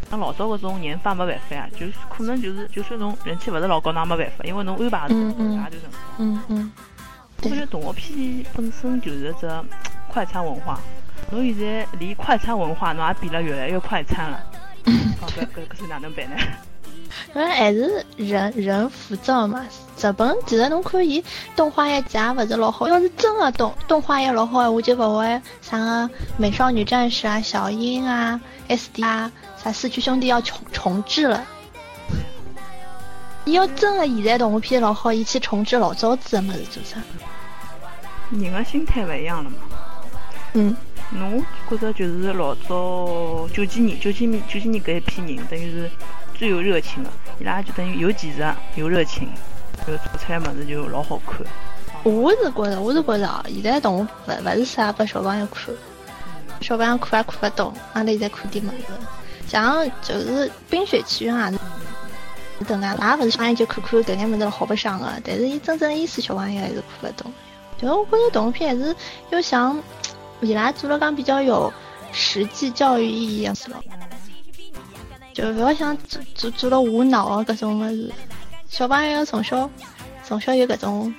Speaker 3: 那老早搿种研发没办法呀，就是可能就是就算侬人气勿是老高，那也没办法，因为侬安排
Speaker 2: 嗯嗯
Speaker 3: 也啊就辰光。
Speaker 2: 嗯嗯，
Speaker 3: 我觉得动画片本身就是只快餐文化，侬现在离快餐文化侬也变了越来越快 餐了，哦搿搿搿是哪能办呢？
Speaker 2: 因为还是人人浮躁嘛。日本其实侬看伊动画一集也勿是老好，要是真的动动画一老好闲话，就勿会啥个美少女战士啊、小樱啊、S D 啊、啥四驱兄弟要重重置了。伊要真的现在动画片老好，伊去重置老早子的么子做啥？
Speaker 3: 人的心态勿一样了嘛。
Speaker 2: 嗯
Speaker 3: 侬觉着就是老早九几年、九几年、九几年搿一批人，等于是最有热情的，伊拉就等于有技术、啊有热情，就做出来物事就老好看。
Speaker 2: 我是觉着，我是觉着啊，现在动物勿勿是啥拨小朋友看，小朋友看也看勿懂，阿拉现在看点物事，像就是《冰雪奇缘》也是，等啊，也勿是小朋友就看看搿眼物事老好白相个，但是伊真正意思小朋友还是看勿懂。就是我觉着动画片还是要像伊拉做了讲比较有实际教育意义样子咯，就勿要像做做做了无脑个搿种物事。小朋友从小从小有搿种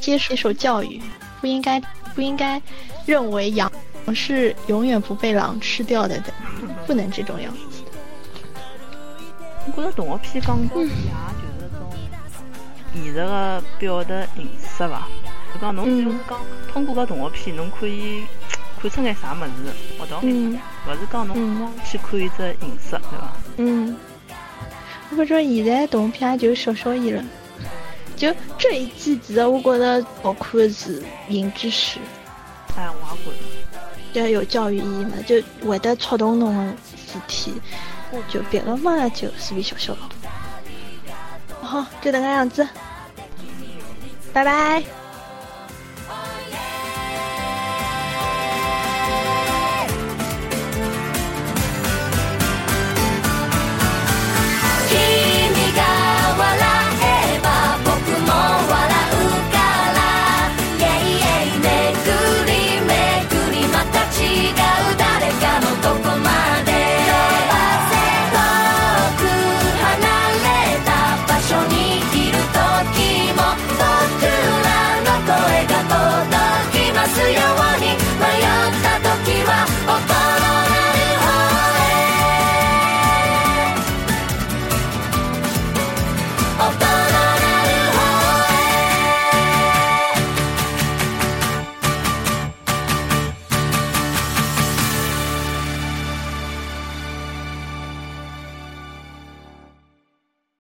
Speaker 2: 接受接受教育，不应该不应该认为羊是永远不被狼吃掉的，不能这种样子。
Speaker 3: 我觉着动画片讲到底也就是种艺术的表达形式伐。就讲侬只
Speaker 2: 嗯
Speaker 3: 要是讲通过搿动画片，侬可以看出眼啥物事，学到眼
Speaker 2: 嗯
Speaker 3: 啥，勿是讲侬
Speaker 2: 嗯
Speaker 3: 去看一只形式，对伐？
Speaker 2: 嗯，我不知道现在动画片就是小小艺人，就这一季其实我觉得好看的是《银之匙》，
Speaker 3: 哎，我也觉着。
Speaker 2: 就有教育意义嘛，就会得触动侬的事体，就别个嘛就随便笑哦笑咯。好，就这个样子，拜拜。